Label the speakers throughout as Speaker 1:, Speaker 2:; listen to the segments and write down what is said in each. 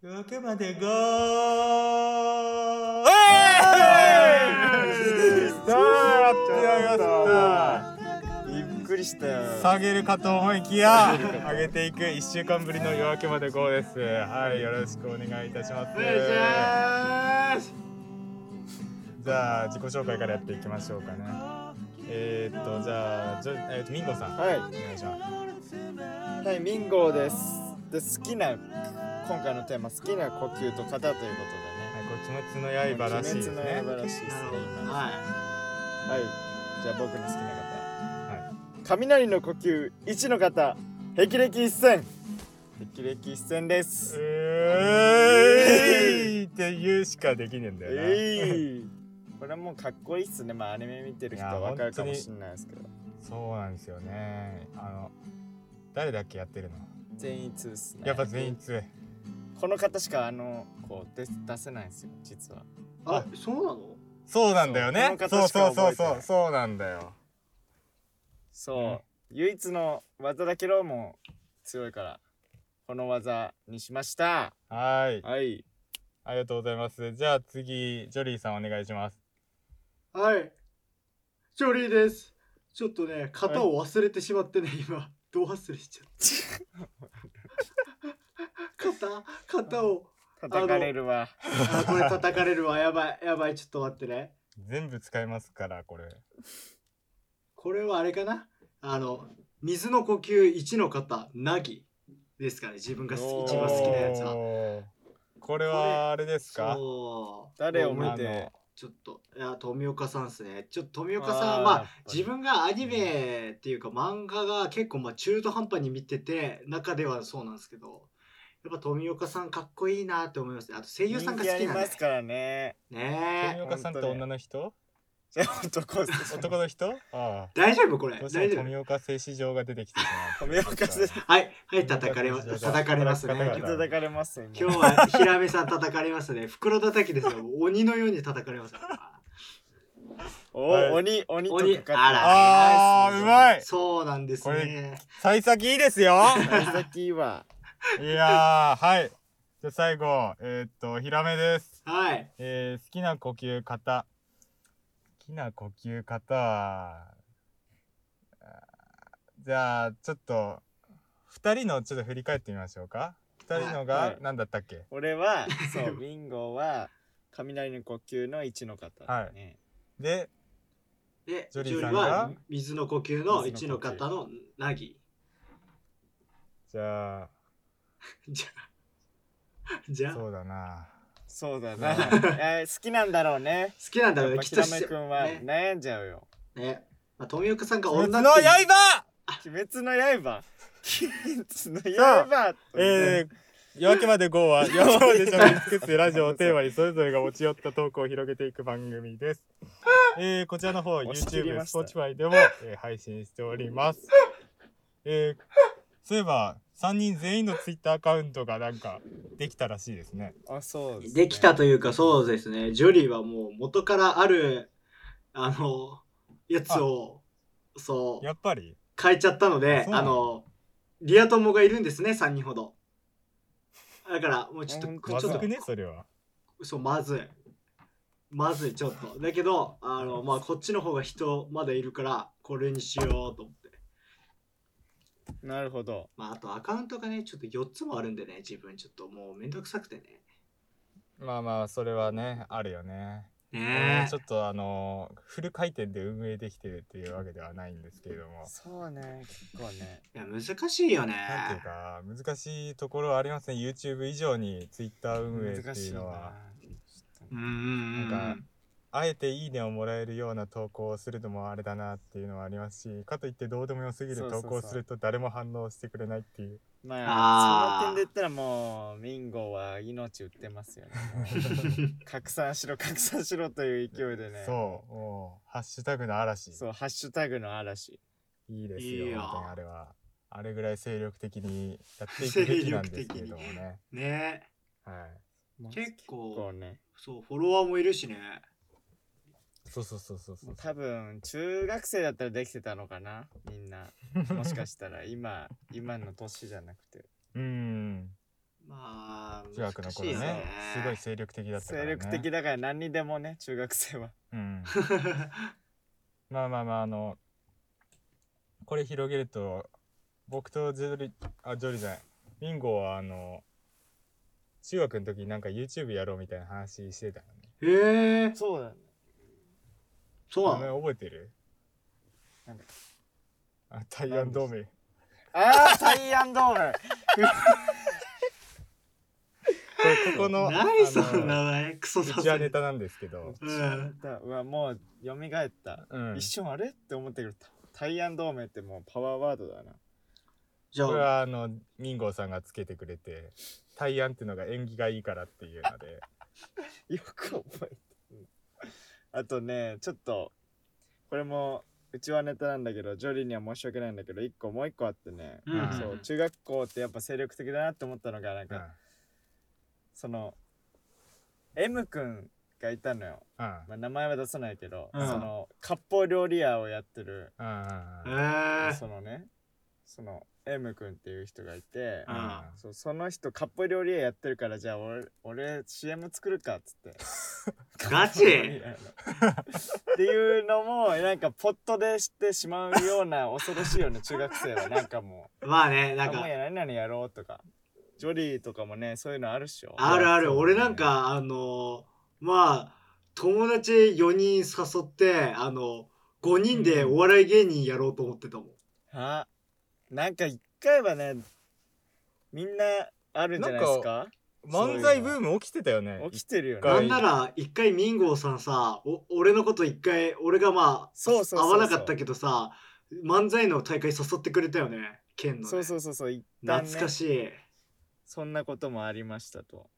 Speaker 1: 夜明けまでゴーえいさあやってやが
Speaker 2: びっくりしたよ
Speaker 1: った下げるかと思いきや上げていく一週間ぶりの夜明けまでゴーですはいよろしくお願いいたしますじゃあ自己紹介からやっていきましょうかねえー、っとじゃあじょ、えーっとミンゴさん、
Speaker 2: はい
Speaker 1: お願いします
Speaker 2: はいミンゴーですで好きな今回のテーマ好きな呼吸と型ということで
Speaker 1: はい
Speaker 2: ね
Speaker 1: こっちの角刃らしいです
Speaker 2: 鬼
Speaker 1: ね
Speaker 2: 滅の刃らしいですね今はいじゃあ僕の好きな
Speaker 1: は
Speaker 2: 方雷の呼吸一の方霹靂一閃霹靂一閃で
Speaker 1: い
Speaker 2: す
Speaker 1: えーいって言うしかできねえんだよな、
Speaker 2: えいこれはもうかっこいいっすねまあアニメ見てる人はい
Speaker 1: や
Speaker 2: わかるかもしれないですけど
Speaker 1: そうなんですよねあの誰だっけやってるの
Speaker 2: 全員通っすね
Speaker 1: やっぱ全員強い
Speaker 2: この方しかあのこう出出せないんですよ実は
Speaker 3: あ、そうなの
Speaker 1: そうなんだよね
Speaker 2: そ
Speaker 1: そうそう
Speaker 2: う
Speaker 1: そう
Speaker 2: この方しか覚えて
Speaker 1: そ
Speaker 2: な
Speaker 1: う
Speaker 2: い
Speaker 1: そうなんだよ
Speaker 2: そう、
Speaker 1: うん
Speaker 2: 唯一の技だけども強いからこの技にしました
Speaker 1: はい
Speaker 2: はい
Speaker 1: ありがとうございますじゃあ次ジョリーさんお願いします
Speaker 3: はい。ジョリーです。ちょっとね、型を忘れてしまってね、今、ど忘れしちゃ った。型、型を。
Speaker 2: 叩かれるわ
Speaker 3: あ、これ叩かれるわ。やばい、やばい、ちょっと待ってね。
Speaker 1: 全部使いますからこれ
Speaker 3: これはあれかなあの、水の呼吸1の型、なぎですかね。自分が好き一番好きなやつは。
Speaker 1: おーこれはあれですか
Speaker 3: そう
Speaker 2: 誰を
Speaker 1: あ
Speaker 2: 見
Speaker 1: の
Speaker 2: て
Speaker 3: ちょっと、いや、富岡さんですね。ちょっと富岡さん
Speaker 2: あ
Speaker 3: は、
Speaker 2: ー
Speaker 3: ま
Speaker 2: やっ
Speaker 3: あ
Speaker 2: ぱ、り
Speaker 3: 自分がアニメっていうか漫画が結構まあ中途半端に見てて、中ではそうなんですけど、やっぱ富岡さんかっこいいなって思いますね。あと声優さんが好
Speaker 2: 人気
Speaker 3: き
Speaker 2: あり
Speaker 3: なん
Speaker 2: ま
Speaker 3: です
Speaker 2: からね
Speaker 3: ね
Speaker 1: 富
Speaker 3: え。
Speaker 1: 岡さんって女の人
Speaker 2: じゃあ男っす
Speaker 1: 男の人ああ
Speaker 3: 大丈夫これ。
Speaker 1: どう
Speaker 3: 大
Speaker 1: しても
Speaker 3: 丈夫
Speaker 1: 富岡製糸場が出てきてしまう
Speaker 2: 富岡製糸
Speaker 3: はい、はい、叩かれます。
Speaker 1: 富岡さん
Speaker 3: 叩かれますね。
Speaker 1: 叩かれま
Speaker 3: 今
Speaker 1: す
Speaker 2: 叩かれますよ
Speaker 3: 日は平目さん叩かれますね。袋叩きですよ。鬼のように叩かれます。
Speaker 2: お、
Speaker 1: はい
Speaker 2: 鬼鬼と
Speaker 3: 鬼
Speaker 2: かか
Speaker 3: あら
Speaker 1: あーうまい
Speaker 3: そうなんですね。
Speaker 1: 幸先いいですよ
Speaker 2: 先はい
Speaker 1: やーはいじゃあ最後えーっとヒラメです
Speaker 3: はい。
Speaker 1: えー好きな呼吸型好きな呼吸型はあーじゃあちょっと2人のちょっと振り返ってみましょうか2人の
Speaker 2: はいは
Speaker 1: が
Speaker 2: い
Speaker 1: 何だったっけ
Speaker 2: 俺はそうビンゴは雷の呼吸の一の方だね、
Speaker 1: で
Speaker 3: で、
Speaker 1: ジ
Speaker 3: ジ
Speaker 1: ョ
Speaker 3: ョ
Speaker 1: リ
Speaker 3: リ
Speaker 1: ーさん
Speaker 3: ー
Speaker 1: が
Speaker 3: は水の呼吸の
Speaker 2: 水
Speaker 3: 1
Speaker 2: の
Speaker 3: の
Speaker 2: 呼吸
Speaker 3: 方のなぎ。
Speaker 1: じゃあ
Speaker 3: じゃあ、じゃあ、好
Speaker 1: そうだな
Speaker 2: そうだ
Speaker 1: う
Speaker 2: な、
Speaker 1: ん
Speaker 2: えー好きなんだろうね
Speaker 3: きなんだ
Speaker 2: や
Speaker 3: ろ
Speaker 2: っ
Speaker 3: うね、
Speaker 2: ぱ
Speaker 3: きっ
Speaker 2: ひ
Speaker 3: と
Speaker 2: ら
Speaker 3: し
Speaker 2: めくんは
Speaker 3: ね。
Speaker 2: 悩んじゃうよ
Speaker 3: ねまあ、富岡さ
Speaker 1: 「
Speaker 3: んが
Speaker 1: 鬼
Speaker 3: 女
Speaker 1: の
Speaker 3: っていう
Speaker 1: 刃
Speaker 2: 鬼滅の刃鬼滅の刃」
Speaker 1: えー夜明けまで GO は夜明けまでしゃべり尽くすラジオをテーマにそれぞれが持ち寄ったトークを広げていく番組 です。えー、こちらの方は
Speaker 2: 押し切り
Speaker 1: YouTube、
Speaker 2: ました
Speaker 1: Spotify でも、えー配信しております。えー、そういえば3人全員の Twitter アカウントがなんかできたらしいですね。
Speaker 2: あそうすね
Speaker 3: できたというか、そうですね、ジョリーはもう元からある、あの、やつを、そう
Speaker 1: や、っぱり
Speaker 3: 変えちゃったの
Speaker 1: あ
Speaker 3: で
Speaker 1: そ、うな
Speaker 3: あ
Speaker 1: の
Speaker 3: の、リア友がいるんですね、3人ほど。だから、もうちょっと、
Speaker 2: ほん
Speaker 3: ちょ
Speaker 1: ま
Speaker 3: っ
Speaker 1: ず
Speaker 3: と
Speaker 1: く、ねそれは。
Speaker 3: そう、まずい。まずい、ちょっと。だけど、あの、まあ、こっちの方が人まだいるから、これにしようと思って。
Speaker 2: なるほど
Speaker 3: まあ、あとアカウントがね、ちょっと4つもあるんでね、自分ちょっともうめんどくさくてね。
Speaker 1: まあまあそれはねあるよね。
Speaker 3: ねえ。
Speaker 1: ちょっとあのフル回転で運営できてるっていうわけではないんですけれども。
Speaker 2: そうね結構ね
Speaker 3: いや、難しいよね。
Speaker 1: なんていうか難しいところはありますね YouTube 以上に Twitter 運営っ
Speaker 2: 難
Speaker 1: てい
Speaker 2: し
Speaker 1: う
Speaker 2: いな
Speaker 1: のは
Speaker 3: うんうんうん。
Speaker 1: なんかあえていいねをもらえるような投稿をするのもあれだなっていうのはありますしかといってどうでもよすぎる
Speaker 2: そうそ
Speaker 1: 投
Speaker 2: うそう
Speaker 1: 稿をすると誰も反応してくれないっていう
Speaker 2: まあ
Speaker 3: あー
Speaker 2: その点で言ったらもうミンゴは命売ってますよね 拡散しろ拡散しろという勢いでね
Speaker 1: そうもうハッシュタグの嵐
Speaker 2: そうハッシュタグの嵐
Speaker 1: いいです
Speaker 3: いい
Speaker 1: よ
Speaker 3: よ
Speaker 1: 本当にあれはあれぐらい精力的にやっていくべきなんですけれどもね
Speaker 3: ね
Speaker 1: はい
Speaker 2: もう
Speaker 3: 結構
Speaker 2: 結構ね
Speaker 3: そう、フォロワーもいるしね。
Speaker 1: そうそうそうそうそう
Speaker 2: 多分中学生だったらできてたのかな みんなもしかしたら今今の年じゃなくて
Speaker 1: うん
Speaker 3: まあ、
Speaker 1: 中学の頃ね
Speaker 3: 難しいよ
Speaker 1: すごい精力的だったから
Speaker 2: 精
Speaker 1: ね
Speaker 2: 力的だから何にでもね中学生は
Speaker 1: うん まあまあまああのこれ広げると僕とジョリあジョリじゃないミンゴはあの中学の時になんか YouTube やろうみたいな話してたのね
Speaker 3: えー、
Speaker 2: そうだね
Speaker 3: そうな
Speaker 1: 名
Speaker 3: の
Speaker 1: 前覚えてる
Speaker 2: なんだ
Speaker 1: あ台湾同盟
Speaker 2: ああタイアンドーム
Speaker 1: これここの
Speaker 3: 何その
Speaker 1: あ
Speaker 3: 名前クソ
Speaker 1: の
Speaker 3: さ
Speaker 1: うちはネタなんですけど、
Speaker 3: うん
Speaker 2: うわもう蘇った、
Speaker 1: うん、
Speaker 2: 一瞬あれって思ったけどタタイアンドームってもうパワーワードだな
Speaker 3: じゃ
Speaker 1: これ
Speaker 3: あ
Speaker 1: はあのミンゴさんがつけてくれて対案っていうのが縁起がいいからっていうの で
Speaker 2: よく覚えてるあとねちょっとこれもうちはネタなんだけどジョリーには申し訳ないんだけど一個もう一個あってね、
Speaker 3: うん
Speaker 1: うん
Speaker 2: そう中学校ってやっぱ精力的だなって思ったのがなん
Speaker 1: うん
Speaker 2: か、その M 君がいたのよ、
Speaker 1: うん
Speaker 2: まあ、名前は出さないけど、
Speaker 3: うん
Speaker 2: その割烹料理屋をやってる、
Speaker 1: うん
Speaker 3: え
Speaker 1: うん
Speaker 3: ー
Speaker 2: そのねその M 君っていう人がいて、
Speaker 3: うん
Speaker 2: そうその人割烹料理屋やってるからじゃあ俺俺 CM 作るかっつって
Speaker 3: ガチ
Speaker 2: っていうのもなんかポットでしてしまうような恐ろしいよね 中学生はなんかも
Speaker 3: まあね
Speaker 2: う
Speaker 3: なん
Speaker 2: あ
Speaker 3: か
Speaker 2: もうや何々やろうとかジョリーとかもねそういうのあるっしょ
Speaker 3: あるあ
Speaker 1: そう
Speaker 3: る
Speaker 1: ね
Speaker 3: 俺なんかあのまあ友達4人誘ってあの5人でお笑い芸人やろうと思ってたもん、
Speaker 2: あなんか一回はねみんなあるんじゃないですか
Speaker 1: 漫才ブーム起きてたよね
Speaker 2: 起きてるよね
Speaker 1: は
Speaker 3: ないんなら一回ミンゴーさんさお俺のこと一回俺がまあ
Speaker 2: そうそうそうそう
Speaker 3: 合わなかったけどさ漫才の大会誘ってくれたよね県のね、
Speaker 2: そうそうそうそう一旦、ね、
Speaker 3: 懐かしい
Speaker 2: そんなこともありましたと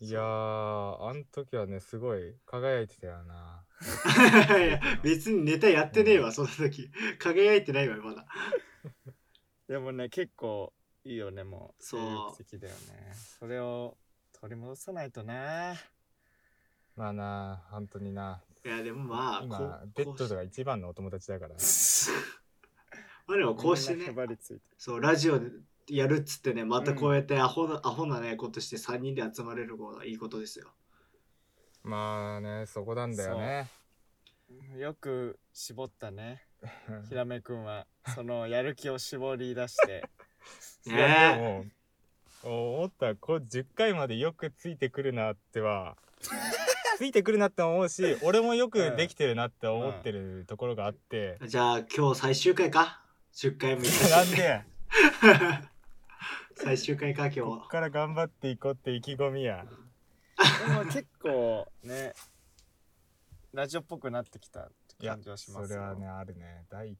Speaker 1: いやーあん時はねすごい輝いてたよな
Speaker 3: いや別にネタやってねえわその時輝いてないわまだ
Speaker 2: でもね結構いいよねもう
Speaker 3: そう
Speaker 2: 的だよねそれを取り戻さないとな
Speaker 1: まあな本当にない
Speaker 3: やでもまあ
Speaker 1: 今
Speaker 3: こ
Speaker 1: ベ
Speaker 3: う
Speaker 1: ッドとか一番のお友達だから
Speaker 3: まあでもこうして
Speaker 2: みんな
Speaker 3: ね
Speaker 2: へばりついて
Speaker 3: そうラジオやるっつってねまたこうやってアホな、アホなねことして3人で集まれることはいいことですよ
Speaker 1: まあねそこなんだよね
Speaker 2: よく絞ったねひらめくんはそのやる気を絞り出して
Speaker 1: いやで
Speaker 3: ね
Speaker 1: も思ったこう10回までよくついてくるなってはついてくるなって思うし俺もよくできてるなって思ってるところがあって、
Speaker 3: えじゃあ今日最終回か10回も行ったし
Speaker 1: なんで
Speaker 3: 最終回か今
Speaker 1: こっ
Speaker 3: 日
Speaker 1: から頑張っていこうって意気込みや
Speaker 2: でも結構ねラジオっぽくなってきた
Speaker 1: いや
Speaker 2: 感じはし
Speaker 1: そ
Speaker 2: ます
Speaker 1: れ
Speaker 2: よ
Speaker 1: はねあるね第1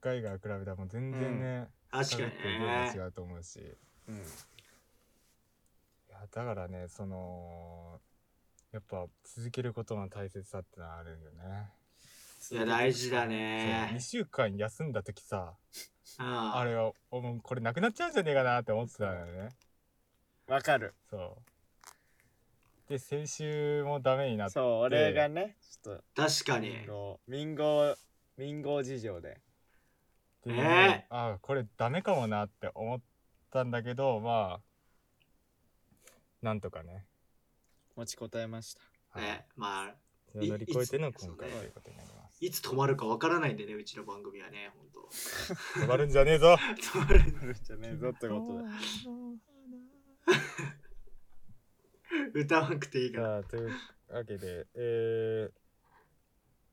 Speaker 1: 回が比べたらもう全然ね、
Speaker 3: 確かに
Speaker 1: 喋ってる部分
Speaker 3: ね
Speaker 1: が違うと思うしい
Speaker 2: うん
Speaker 1: やだからねそのやっぱ続けることの大切さってのはあるんだよね、
Speaker 3: いや大事だ
Speaker 1: そう2
Speaker 3: ね
Speaker 1: 週間休んだ時さ
Speaker 3: あ
Speaker 1: あれはおもうこれなくなっちゃうんじゃねえかなって思ってたのよね
Speaker 2: わかる
Speaker 1: そうで先週もダメになって
Speaker 2: そう俺がねちょっ
Speaker 3: 確か
Speaker 2: と
Speaker 3: に
Speaker 2: 民謡民謡民謡事情で
Speaker 1: で、
Speaker 3: ね
Speaker 1: あこれダメかもなって思ったんだけどまあなんとかね
Speaker 2: 持ちこたえました
Speaker 3: ねまあ
Speaker 1: はい
Speaker 3: い
Speaker 1: 乗り越えての
Speaker 3: いつ
Speaker 1: 今回
Speaker 3: そ
Speaker 1: と
Speaker 3: うね
Speaker 1: いうことになります
Speaker 3: いつ止まるかわからないんでねうちの番組はね本当
Speaker 1: 止まるんじゃねえぞ
Speaker 3: 止まる
Speaker 2: じゃねえぞってことで
Speaker 3: 歌わなくていいか
Speaker 1: じ
Speaker 3: ら
Speaker 1: ゃあというわけでえー、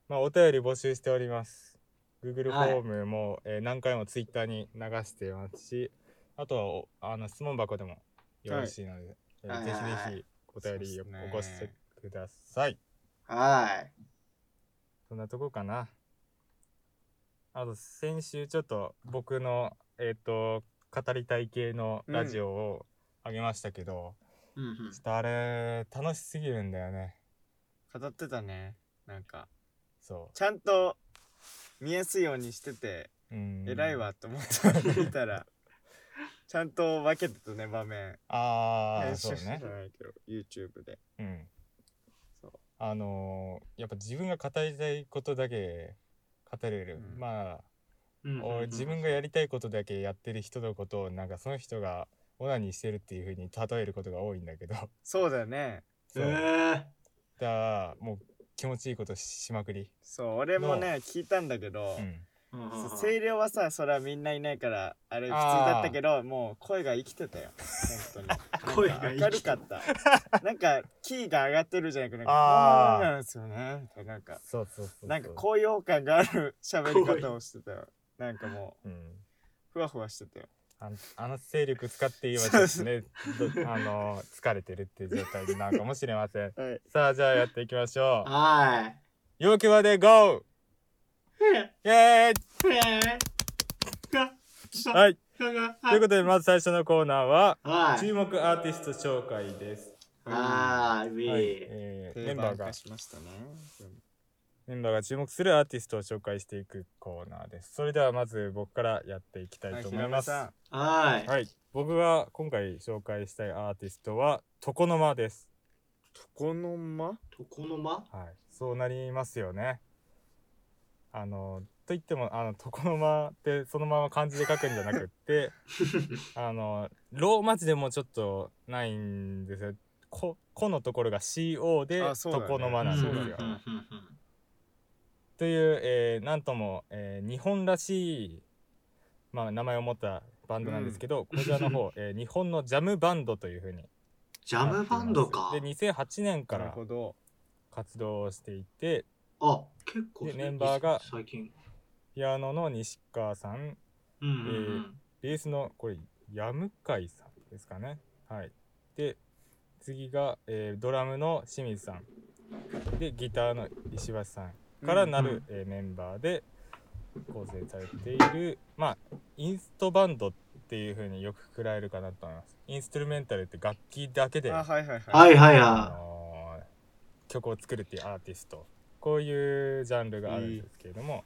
Speaker 1: まあお便り募集しております Google フ
Speaker 3: はい
Speaker 1: ォームも、えー何回も Twitter に流してますしあとはおあの質問箱でもよろしいので、えー
Speaker 3: はい
Speaker 1: ぜひ
Speaker 3: はい
Speaker 1: ぜひお便り
Speaker 2: そうっすね
Speaker 1: をお越してください、
Speaker 3: はい
Speaker 1: そんなとこかな。あと先週ちょっと僕のえっ、と語りたい系のラジオをあげましたけど、
Speaker 3: うんうん
Speaker 1: ちょっとあれ楽しすぎるんだよね。
Speaker 2: 語ってたねなんか
Speaker 1: そ
Speaker 2: ちゃんと見えすようにしてて
Speaker 1: う。うん。
Speaker 2: 偉いわ。と思ったの見 たらちゃんと分けてたね場面
Speaker 1: ああ、
Speaker 2: 編
Speaker 1: そう
Speaker 2: 集して
Speaker 1: ね
Speaker 2: た。ないけど YouTube で
Speaker 1: うん。
Speaker 2: そう
Speaker 1: あのーやっぱ自分が語りたいことだけ語れる。
Speaker 2: うん
Speaker 1: まあ、
Speaker 3: うんうんうん
Speaker 1: 俺自分がやりたいことだけやってる人のことをなんかその人がオナニーしてるっていう風に例えることが多いんだけど
Speaker 2: そうだよね
Speaker 1: そう
Speaker 3: え
Speaker 1: だか
Speaker 3: ー、
Speaker 1: らもう気持ちいいことしまくり
Speaker 2: そう俺もね聞いたんだけど、
Speaker 1: うん
Speaker 3: うんうんうん
Speaker 2: そう声量はさそれはみんないないからあれ普通だったけどもう声が生きてたよ 本当に
Speaker 3: 声が生きて
Speaker 2: 明
Speaker 3: た
Speaker 2: るかったなんかキーが上がってるじゃなくなんか
Speaker 1: あー
Speaker 2: こうなんですよねみたいななんか
Speaker 1: そうそうそう
Speaker 2: なんか高揚感がある喋り方をしてたよなんかも
Speaker 1: う、うん、
Speaker 2: うふわふわしてたよ
Speaker 1: あのあの勢力使って今ちょっとねどあの疲れてるっていう状態になるかもしれません
Speaker 2: はい
Speaker 1: さあじゃあやっていきましょう
Speaker 3: は
Speaker 1: 陽気まで GO! イ
Speaker 3: ーい。
Speaker 1: エーイ
Speaker 3: は。
Speaker 1: はいいということでまず最初のコーナーは
Speaker 3: はい。
Speaker 1: 注目アーティスト紹介です、
Speaker 3: あー、ウィ
Speaker 1: はい
Speaker 3: ー。
Speaker 1: えーメンバーが
Speaker 2: しましたね
Speaker 1: メンバーが注目するアーティストを紹介していくコーナーですそれではまず僕からやっていきたいと思います、
Speaker 2: は
Speaker 3: はい。
Speaker 1: はい僕が今回紹介したいアーティストは床の間です
Speaker 2: 床の間
Speaker 3: 床の間
Speaker 1: はい、そうなりますよね。あのと言ってもあの床の間ってそのまま漢字で書くんじゃなくってあのローマ字でもちょっとないんですよ。ここのところが CO で
Speaker 2: あそうだね
Speaker 1: 床の間なん
Speaker 2: そ
Speaker 1: で
Speaker 2: う
Speaker 1: す
Speaker 2: だ
Speaker 1: よ
Speaker 3: う。んうんうん
Speaker 1: という、えーなんとも、えー日本らしい、まあ、名前を持ったバンドなんですけど、こちらの方、えー日本のジャムバンドというふうに
Speaker 3: ジャムバンドか
Speaker 1: なっ。ていますで2008年か
Speaker 2: なる
Speaker 1: ら
Speaker 2: ほど
Speaker 1: 活動をしていて
Speaker 3: あ、結構
Speaker 1: でメンバーが
Speaker 3: 最近。
Speaker 1: ピアノの西川さん
Speaker 3: うんうん
Speaker 1: ベースのこれヤムカイさんですかねはいで次が、えードラムの清水さんでギターの石橋さんからなる、
Speaker 3: うんうん
Speaker 1: えーメンバーで構成されているまあインストバンドっていう風によくくらえるかなと思いますインストゥルメンタルって楽器だけで、
Speaker 2: あはいはい
Speaker 3: うん。は
Speaker 2: はい
Speaker 3: はい
Speaker 1: あ
Speaker 3: は
Speaker 1: のー曲を作るっていうアーティストこういうジャンルがあるんですけれども、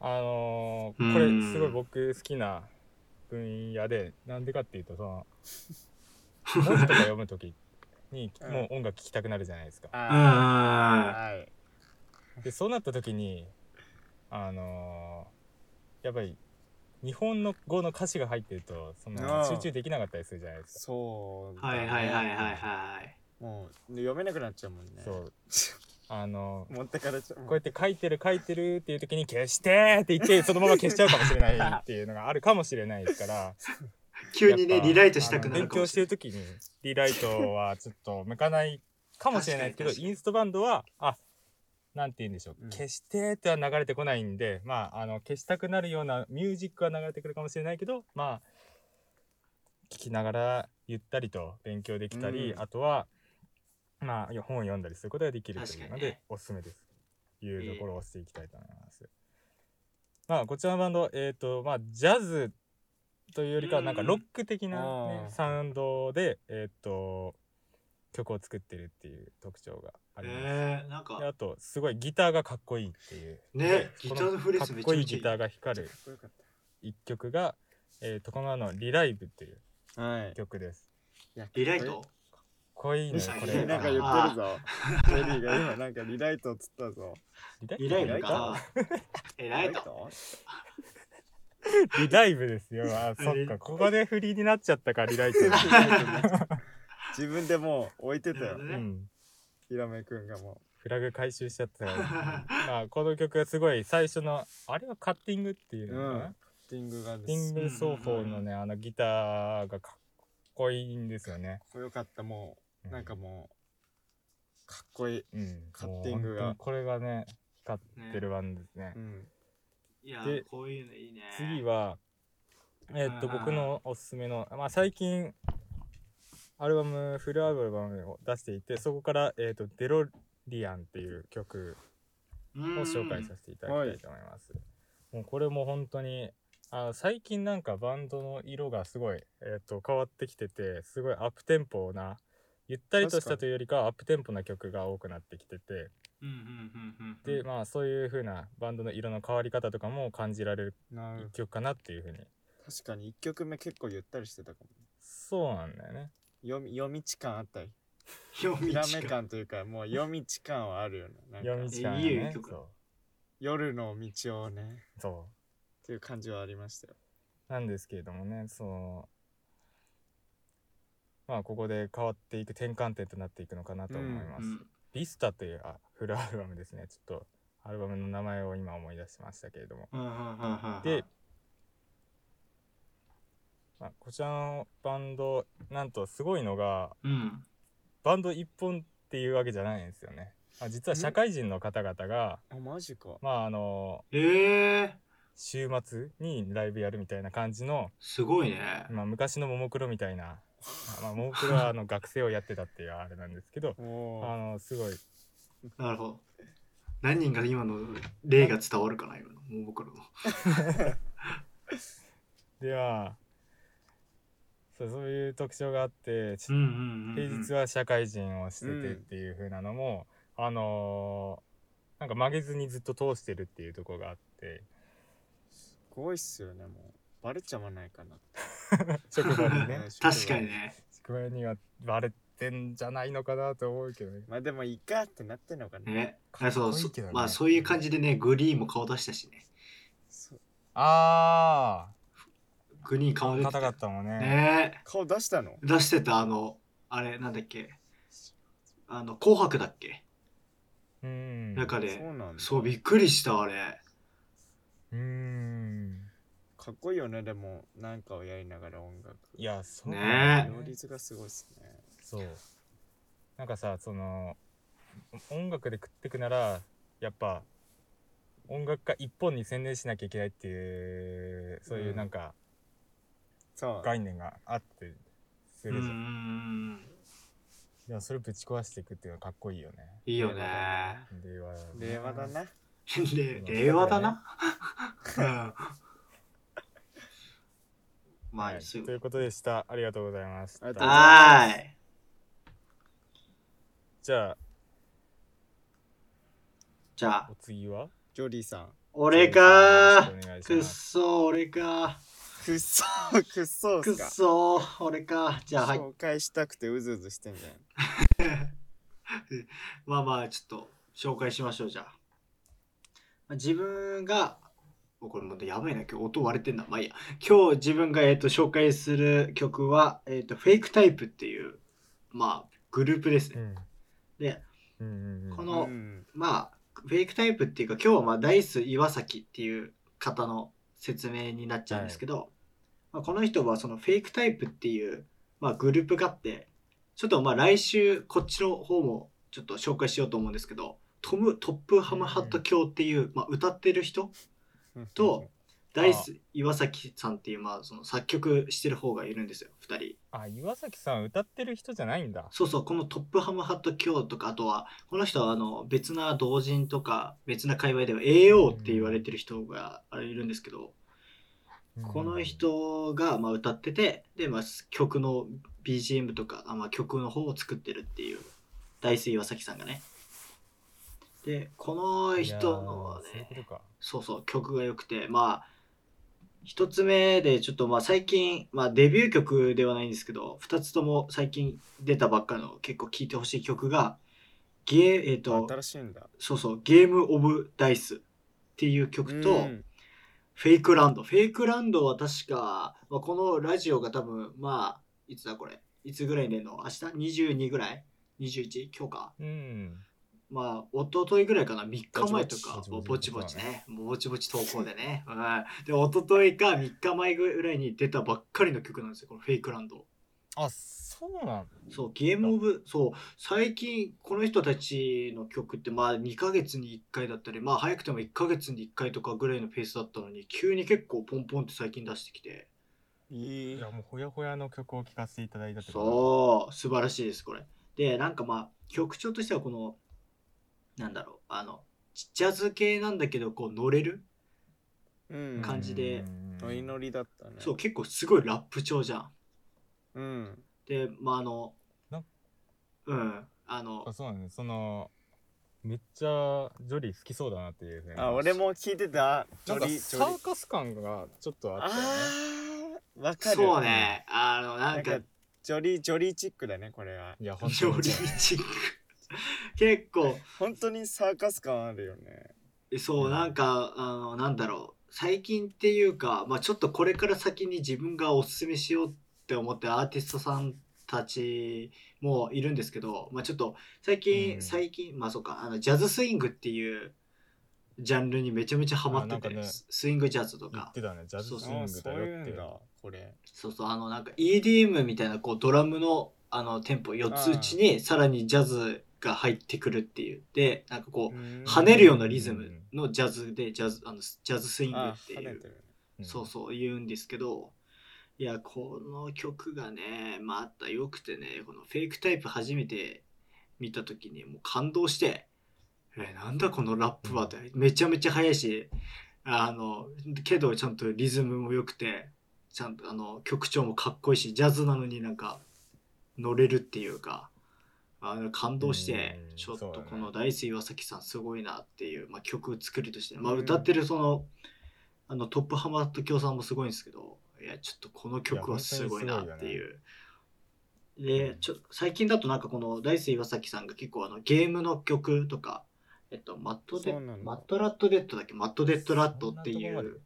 Speaker 1: あのーこ
Speaker 3: うん
Speaker 1: れすごい僕好きな分野でなんでかっていうとその文字とか読む時に
Speaker 2: うん
Speaker 1: もう音楽聴きたくなるじゃないですか。
Speaker 3: い。うんうん
Speaker 2: あー
Speaker 3: うん。
Speaker 2: はい
Speaker 1: でそうなった時にあのーやっぱり日本の語の歌詞が入ってるとそ
Speaker 2: あ
Speaker 1: の
Speaker 2: ー
Speaker 1: 集中できなかったりするじゃないですか。
Speaker 2: そうだ
Speaker 3: はい
Speaker 2: ね
Speaker 3: はいはいはいはい。
Speaker 2: もう読めなくなっちゃうもんね
Speaker 1: そうあのー
Speaker 2: 持ってかれちゃう
Speaker 1: こうやって書いてる書いてるっていう時に消してって言ってそのまま消しちゃうかもしれないっていうのがあるかもしれないですから
Speaker 3: 急にね、
Speaker 1: やっぱ
Speaker 3: リライトしたくな
Speaker 1: あ
Speaker 3: る
Speaker 1: の勉
Speaker 3: かも
Speaker 1: 強し
Speaker 3: してれ
Speaker 1: る
Speaker 3: ない。
Speaker 1: 時にリライトはちょっと向かないかもしれないけど
Speaker 3: 確かに確かに
Speaker 1: インストバンドはあなんて言うんでしょう、
Speaker 2: うん
Speaker 1: 消してっては流れてこないんでまああの消したくなるようなミュージックは流れてくるかもしれないけどまあ聞きながらゆったりと勉強できたり、
Speaker 2: うん
Speaker 1: あとはまあよ本を読んだりすることができるという
Speaker 3: 確
Speaker 1: の
Speaker 3: かに
Speaker 1: で、
Speaker 3: ね
Speaker 1: おすすめですというところを押していきたいと思います。まあこちらのバンドえっ、とまあジャズというよりかはなんか
Speaker 3: うん
Speaker 1: ロック的な、ね
Speaker 2: あー
Speaker 1: サウンドでえっ、と曲を作ってるっていう特徴があります。
Speaker 3: えー、なんか
Speaker 1: で、あとすごいギターがかっこいいっていう
Speaker 3: ね、ギ
Speaker 1: こ
Speaker 3: ターのフレー
Speaker 1: か
Speaker 3: ズめ
Speaker 1: っ
Speaker 3: ち
Speaker 1: こ
Speaker 3: ゃ
Speaker 1: い
Speaker 3: め
Speaker 1: い
Speaker 3: ちゃ
Speaker 1: ギ
Speaker 3: いい。
Speaker 1: ターが光
Speaker 2: か
Speaker 1: る
Speaker 2: っこよかっ
Speaker 1: 一曲が、えー、とこののリライブっていう
Speaker 2: たはい
Speaker 1: 曲です。
Speaker 2: いや
Speaker 3: リライト
Speaker 1: かっこいいね
Speaker 3: う
Speaker 1: こ
Speaker 3: ん
Speaker 1: れ。
Speaker 2: なんか言
Speaker 1: あ
Speaker 2: ってる ぞ。ベリーが今なんかリライトっつったぞ。
Speaker 1: ー
Speaker 3: リライトか。え、ライト。
Speaker 1: リライブですよ。あ、そっか。ここでフリーになっちゃったか、リライ ト。
Speaker 2: リライトね自分でもう置いてた
Speaker 3: なる
Speaker 2: よ
Speaker 3: ほど。
Speaker 1: う
Speaker 3: ね
Speaker 1: ん。
Speaker 2: ひらめくんがも。
Speaker 1: フラグ回収しちゃったから。まあ、この曲はすごい最初の、あれはカッティングっていうう
Speaker 2: う
Speaker 1: のかな、
Speaker 2: ん。ティングが
Speaker 1: カッティン
Speaker 2: です。か
Speaker 1: グ奏法のね、あのギターがかっこいいんですよね。
Speaker 2: っこよかった。も
Speaker 1: う
Speaker 2: う、なんかもう、かっこいい。
Speaker 1: うん。
Speaker 2: カッティングが
Speaker 1: もう本当にこれがね、光ってる番ですね
Speaker 2: う。ん。
Speaker 3: いや
Speaker 1: で、
Speaker 3: こういうのいいね。
Speaker 1: 次は、えっと、
Speaker 3: あー
Speaker 1: 僕のおすすめの、まあ、最近、アルバム、フルアルバムを出していて、そこから、えっと、デロリアンっていう曲
Speaker 3: うん、
Speaker 1: を紹介させていただきたいと思います。もうこれも本当にあ最近なんかバンドの色がすごい、えー、と変わってきててすごいアップテンポなゆったりとし
Speaker 2: 確か
Speaker 1: た
Speaker 2: に
Speaker 1: というよりかはアップテンポな曲が多くなってきてて
Speaker 3: うんうんうんうん。
Speaker 1: でまあそういう風なバンドの色の変わり方とかも感じられる
Speaker 2: なる
Speaker 1: 一曲かなっていう風に、
Speaker 2: 確かに1曲目結構ゆったりしてたかも。
Speaker 1: そうなんだよね。
Speaker 2: 読み、読み地感あったり。
Speaker 3: 読み
Speaker 2: ひ
Speaker 3: 違う
Speaker 2: らめ感というか、もう読み地感はあるよね。なんか
Speaker 1: 読み時間が
Speaker 3: いいよいい
Speaker 1: ね
Speaker 3: 曲
Speaker 1: そ
Speaker 2: 夜の道をね、
Speaker 1: うそ
Speaker 2: っていう感じはありましたよ。
Speaker 1: うなんですけれどもねそのまあここで変わっていく転換点となっていくのかなと思います。
Speaker 3: うん
Speaker 1: ビスタというあフルアルバムですね。ちょっとアルバムの名前を今思い出しましたけれども。
Speaker 3: うんうんうんうん
Speaker 1: で、まあ、こちらのバンドなんとすごいのが
Speaker 3: うん
Speaker 1: バンド一本っていうわけじゃないんですよね。まあ、実は社会人の方々が、
Speaker 2: あマジか
Speaker 1: まああの
Speaker 3: ええ
Speaker 1: 週末にライブやるみたいな感じの、
Speaker 3: すごいね。
Speaker 1: まあ、昔のももクロみたいな、まあ、ももクロはあの学生をやってたっていうあれなんですけど
Speaker 2: お
Speaker 1: あ
Speaker 2: お
Speaker 1: のすごい
Speaker 3: なるほど。何人が今の例が伝わるかな今のもう僕らの。
Speaker 1: ではそうそういう特徴があって
Speaker 3: うんうんうんう
Speaker 1: 平
Speaker 3: ん。
Speaker 1: 日は社会人をしてて
Speaker 2: うん
Speaker 1: っていう風なのも、あのーなんか曲げずにずっと通してるっていうところがあって
Speaker 2: すごいっすよねもうバレちゃわないかな
Speaker 1: 職場に ね
Speaker 3: 確かにね。
Speaker 1: 職場にはバレてんじゃないのかなと思うけどね
Speaker 2: まあでもいいかってなってんのかな、
Speaker 3: ね。
Speaker 1: かっこいい
Speaker 3: そう
Speaker 1: けどね
Speaker 3: そまあそういう感じでね、グリーンも顔出したしね。
Speaker 2: そう
Speaker 1: あ
Speaker 3: グリーン顔
Speaker 1: あ
Speaker 3: 出て
Speaker 1: 硬か
Speaker 3: た
Speaker 1: っ。たもんね
Speaker 3: ね
Speaker 2: 顔出したの
Speaker 3: 出してたあの、あれなんだっけ。あの、紅白だっけ
Speaker 1: うん
Speaker 3: 中
Speaker 2: そう
Speaker 3: で。
Speaker 2: なんだ
Speaker 3: そう、びっくりしたあれ。
Speaker 1: うん
Speaker 2: かっこいいよねでもなんかをやりながら音楽
Speaker 1: いやそう
Speaker 3: ねえ
Speaker 1: なんだよ
Speaker 2: 両立がすごいっすね
Speaker 1: そうなんかさその音楽で食ってくならやっぱ音楽家一本に専念しなきゃいけないっていうそういうなんか
Speaker 2: そう
Speaker 1: 概念があってす
Speaker 3: うん
Speaker 1: る
Speaker 3: うん
Speaker 1: じ
Speaker 3: う
Speaker 1: ゃん、
Speaker 3: ん
Speaker 1: でもそれぶち壊していくっていうのはかっこいいよね
Speaker 3: うん。いいよね。
Speaker 1: 令和だね
Speaker 2: 令和だな
Speaker 3: で令和だな。うんま
Speaker 1: は
Speaker 3: あ、
Speaker 1: い、
Speaker 3: す
Speaker 1: ということでしたありがとうございます
Speaker 2: ありがとうございます
Speaker 3: はーい。
Speaker 1: じゃあ
Speaker 3: じゃあ
Speaker 1: お、次は
Speaker 2: ジョリーさん
Speaker 3: 俺
Speaker 1: よ
Speaker 3: か
Speaker 1: ろしくお願いし
Speaker 3: く
Speaker 1: ま
Speaker 3: っ
Speaker 1: す
Speaker 3: そ、俺か
Speaker 2: くっそくっそっ
Speaker 3: く
Speaker 2: す
Speaker 3: っ
Speaker 2: か
Speaker 3: そ、俺かじゃあ、はい。
Speaker 2: 紹介したくてうずうずしてんじゃん
Speaker 3: まあまあ、ちょっと紹介しましょう、じゃあ。まあ自分が、おこれもうやばいな、今日音割れてんだ。まあいいや。今日自分が、えー、と紹介する曲は、えーと、フェイクタイプっていう、まあ、グループです
Speaker 1: う
Speaker 3: ね。
Speaker 1: ん
Speaker 3: で、
Speaker 1: うんうんうん
Speaker 3: こ
Speaker 2: う
Speaker 3: の
Speaker 2: ん
Speaker 3: まあ、フェイクタイプっていうか、今日はまあダイス岩崎っていう方の説明になっちゃうんですけど、まあ、この人はそのフェイクタイプっていう、まあ、グループがあって、ちょっとまあ来週こっちの方もちょっと紹介しようと思うんですけど、トム・トップハムハット教っていう、まあ、歌ってる人、 とダイス岩崎さんっていう、まあ、その作曲してる方がいるんですよ、2人。
Speaker 1: あ岩崎さん歌ってる人じゃないんだ
Speaker 3: そうそう、このトップハムハット教とか、あとは、この人はあの別な同人とか、別な界隈では AO って言われてる人があれいるんですけど、この人がまあ歌ってて、で、まあ、曲の BGM とか、あまあ、曲の方を作ってるっていう、大水岩崎さんがね。で、この人の
Speaker 1: いやーそういう
Speaker 3: ね
Speaker 1: こ、とか
Speaker 3: そうそう曲が良くてまあ一つ目でちょっとまあ最近、まあ、デビュー曲ではないんですけど二つとも最近出たばっかの結構聴いてほしい曲がゲー、えーと
Speaker 2: 新しいんだ
Speaker 3: そうそうゲーム・オブ・ダイスっていう曲と、
Speaker 2: うん
Speaker 3: フェイクランド。フェイクランドは確か、まあ、このラジオが多分、まあ、いつだこれ。いつぐらいに出るの明日 ?22 ぐらい ?21? 今日か
Speaker 1: うん
Speaker 3: まあ、一昨日ぐらいかな、3日前とか、もうぼ
Speaker 1: ぼ
Speaker 3: ち
Speaker 1: ち
Speaker 3: ぼ
Speaker 1: ぼ
Speaker 3: ち
Speaker 1: ち
Speaker 3: ね、もうぼちぼち投稿でね。うん。で、一昨日か3日前ぐらいに出たばっかりの曲なんですよ、このフェイクランド。
Speaker 1: あそうなん
Speaker 3: そう、ゲームオブ、そう、最近、この人たちの曲って、まあ、2ヶ月に1回だったり、まあ、早くても1ヶ月に1回とかぐらいのペースだったのに、急に結構ポンポンって最近出してきて、
Speaker 2: い
Speaker 1: い
Speaker 2: い
Speaker 1: やもうほやほやの曲を聴かせていただいたってこ
Speaker 3: そう、素晴らしいです、これ。で、なんかまあ、曲調としては、この、なんだろう、あの、ジジャズ系なんだけど、こう、乗れる
Speaker 2: うん
Speaker 1: と
Speaker 3: 感じで
Speaker 1: うん
Speaker 2: ノリノリだったね
Speaker 3: そう結構すごいラップ調じゃん。
Speaker 2: うん
Speaker 3: でまああの
Speaker 1: な
Speaker 3: うんあの
Speaker 1: あそうなんですそのめっちゃジョリー好きそうだなっていうふうに
Speaker 2: あ俺も聞いてたジ
Speaker 1: なん
Speaker 2: ョ
Speaker 1: か
Speaker 2: リージ
Speaker 1: サ
Speaker 2: ョリ
Speaker 1: ーカス感がちょっとあ
Speaker 2: あ
Speaker 1: ったよね
Speaker 2: ーわかる
Speaker 3: そうねあのな
Speaker 2: なんん
Speaker 3: か
Speaker 2: かジョリージョリーチックだねこれはい
Speaker 1: や本
Speaker 3: ジ
Speaker 1: 当
Speaker 3: ョ
Speaker 1: に
Speaker 3: リーチック結構
Speaker 2: 本当にサーカス感あるよね
Speaker 3: そううんなんかあのなんだろう最近っていうか、まあ、ちょっとこれから先に自分がおすすめしようって思ってるアーティストさんたちもいるんですけど、まあ、ちょっと最近、
Speaker 1: うん
Speaker 3: 最近まあそうかあのジャズスイングっていうジャンルにめちゃめちゃハマって
Speaker 1: あ
Speaker 3: て、
Speaker 1: なんかね
Speaker 3: ススイングジャズと
Speaker 1: 言
Speaker 3: か
Speaker 1: ってたねジャズスイン
Speaker 2: あ
Speaker 1: グ
Speaker 2: そ
Speaker 1: だ
Speaker 2: う
Speaker 1: よっ
Speaker 2: い
Speaker 1: て
Speaker 2: うんだこれ
Speaker 3: そうそうあのなんか EDM みたいなこうドラムのあのテンポ4つうちにさらにジャズが入ってくるっていうでなんかこう跳ねるようなリズムのジャズでジャズあのジャズスイング
Speaker 2: あ
Speaker 3: って
Speaker 2: 跳
Speaker 3: い
Speaker 2: ね
Speaker 3: う
Speaker 2: てる
Speaker 1: うん
Speaker 3: そうそう言うんですけどいやこの曲がねまた良くてねこのフェイクタイプ初めて見た時にもう感動して「えなんだこのラップは」ってめちゃめちゃ速いしあのけどちゃんとリズムも良くてちゃんとあの曲調もかっこいいしジャズなのになんか乗れるっていうか。あの感動して
Speaker 1: うん
Speaker 3: ちょっ
Speaker 1: そうだ
Speaker 3: と
Speaker 1: ね
Speaker 3: この大水岩崎さんすごいなっていう、まあ、曲作りとして、まあ、
Speaker 2: うん
Speaker 3: 歌ってるそのあのトップハマと京さんもすごいんですけどいやちょっとこの曲はすごいなっていう。
Speaker 1: よね
Speaker 3: でちょ最近だとなんかこの大水岩崎さんが結構あのゲームの曲とか、えっと、マットデ
Speaker 2: そうなんだ
Speaker 3: マットラットデッドだっけマットデッドラットって
Speaker 1: そんな
Speaker 3: いう
Speaker 1: とこまで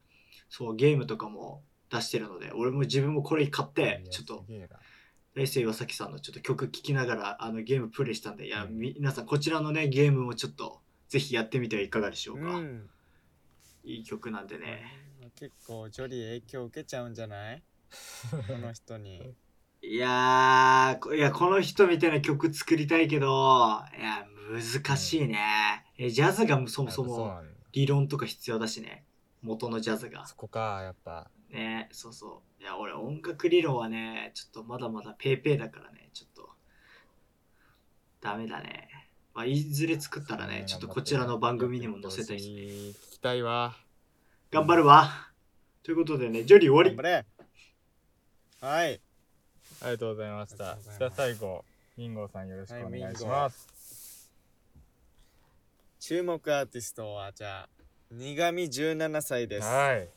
Speaker 3: そうゲームとかも出してるので俺も自分もこれ買っ
Speaker 1: い
Speaker 3: て
Speaker 1: や
Speaker 3: ちょっと
Speaker 1: すげえな
Speaker 3: 大生岩崎さんのちょっと曲聴きながらあのゲームプレイしたんでいや、
Speaker 1: うん
Speaker 3: み皆さんこちらのねゲームもちょっとぜひやってみてはいかがでしょうか、
Speaker 2: うん
Speaker 3: いい曲なんでね
Speaker 2: 結構ジョリー影響受けちゃうんじゃ ないこの人に
Speaker 3: いやーこいやこの人みたいな曲作りたいけどいや難しいね、えジャズがそもそ
Speaker 1: やっぱう
Speaker 3: も
Speaker 1: なんだ
Speaker 3: 理論とか必要だしね元のジャズが
Speaker 1: そこかやっぱ
Speaker 3: ねそうそういや俺音楽理論はねちょっとまだまだペーペーだからねちょっとダメだねまあいずれ作ったらねちょっとこちらの番組にも載せたいですね
Speaker 1: 聞きたいわ
Speaker 3: 頑張るわということでねジョリー
Speaker 2: 頑
Speaker 3: 終
Speaker 2: 張
Speaker 3: わ
Speaker 2: れはい
Speaker 1: ありがとうございまし
Speaker 2: あ
Speaker 1: た
Speaker 2: りがとうございます
Speaker 1: じゃあ最後ミンゴーさんよろしくお願いし
Speaker 2: はいミンゴ
Speaker 1: ま
Speaker 2: ー
Speaker 1: す
Speaker 2: 注目アーティストはじゃあ苦味17歳です
Speaker 1: はい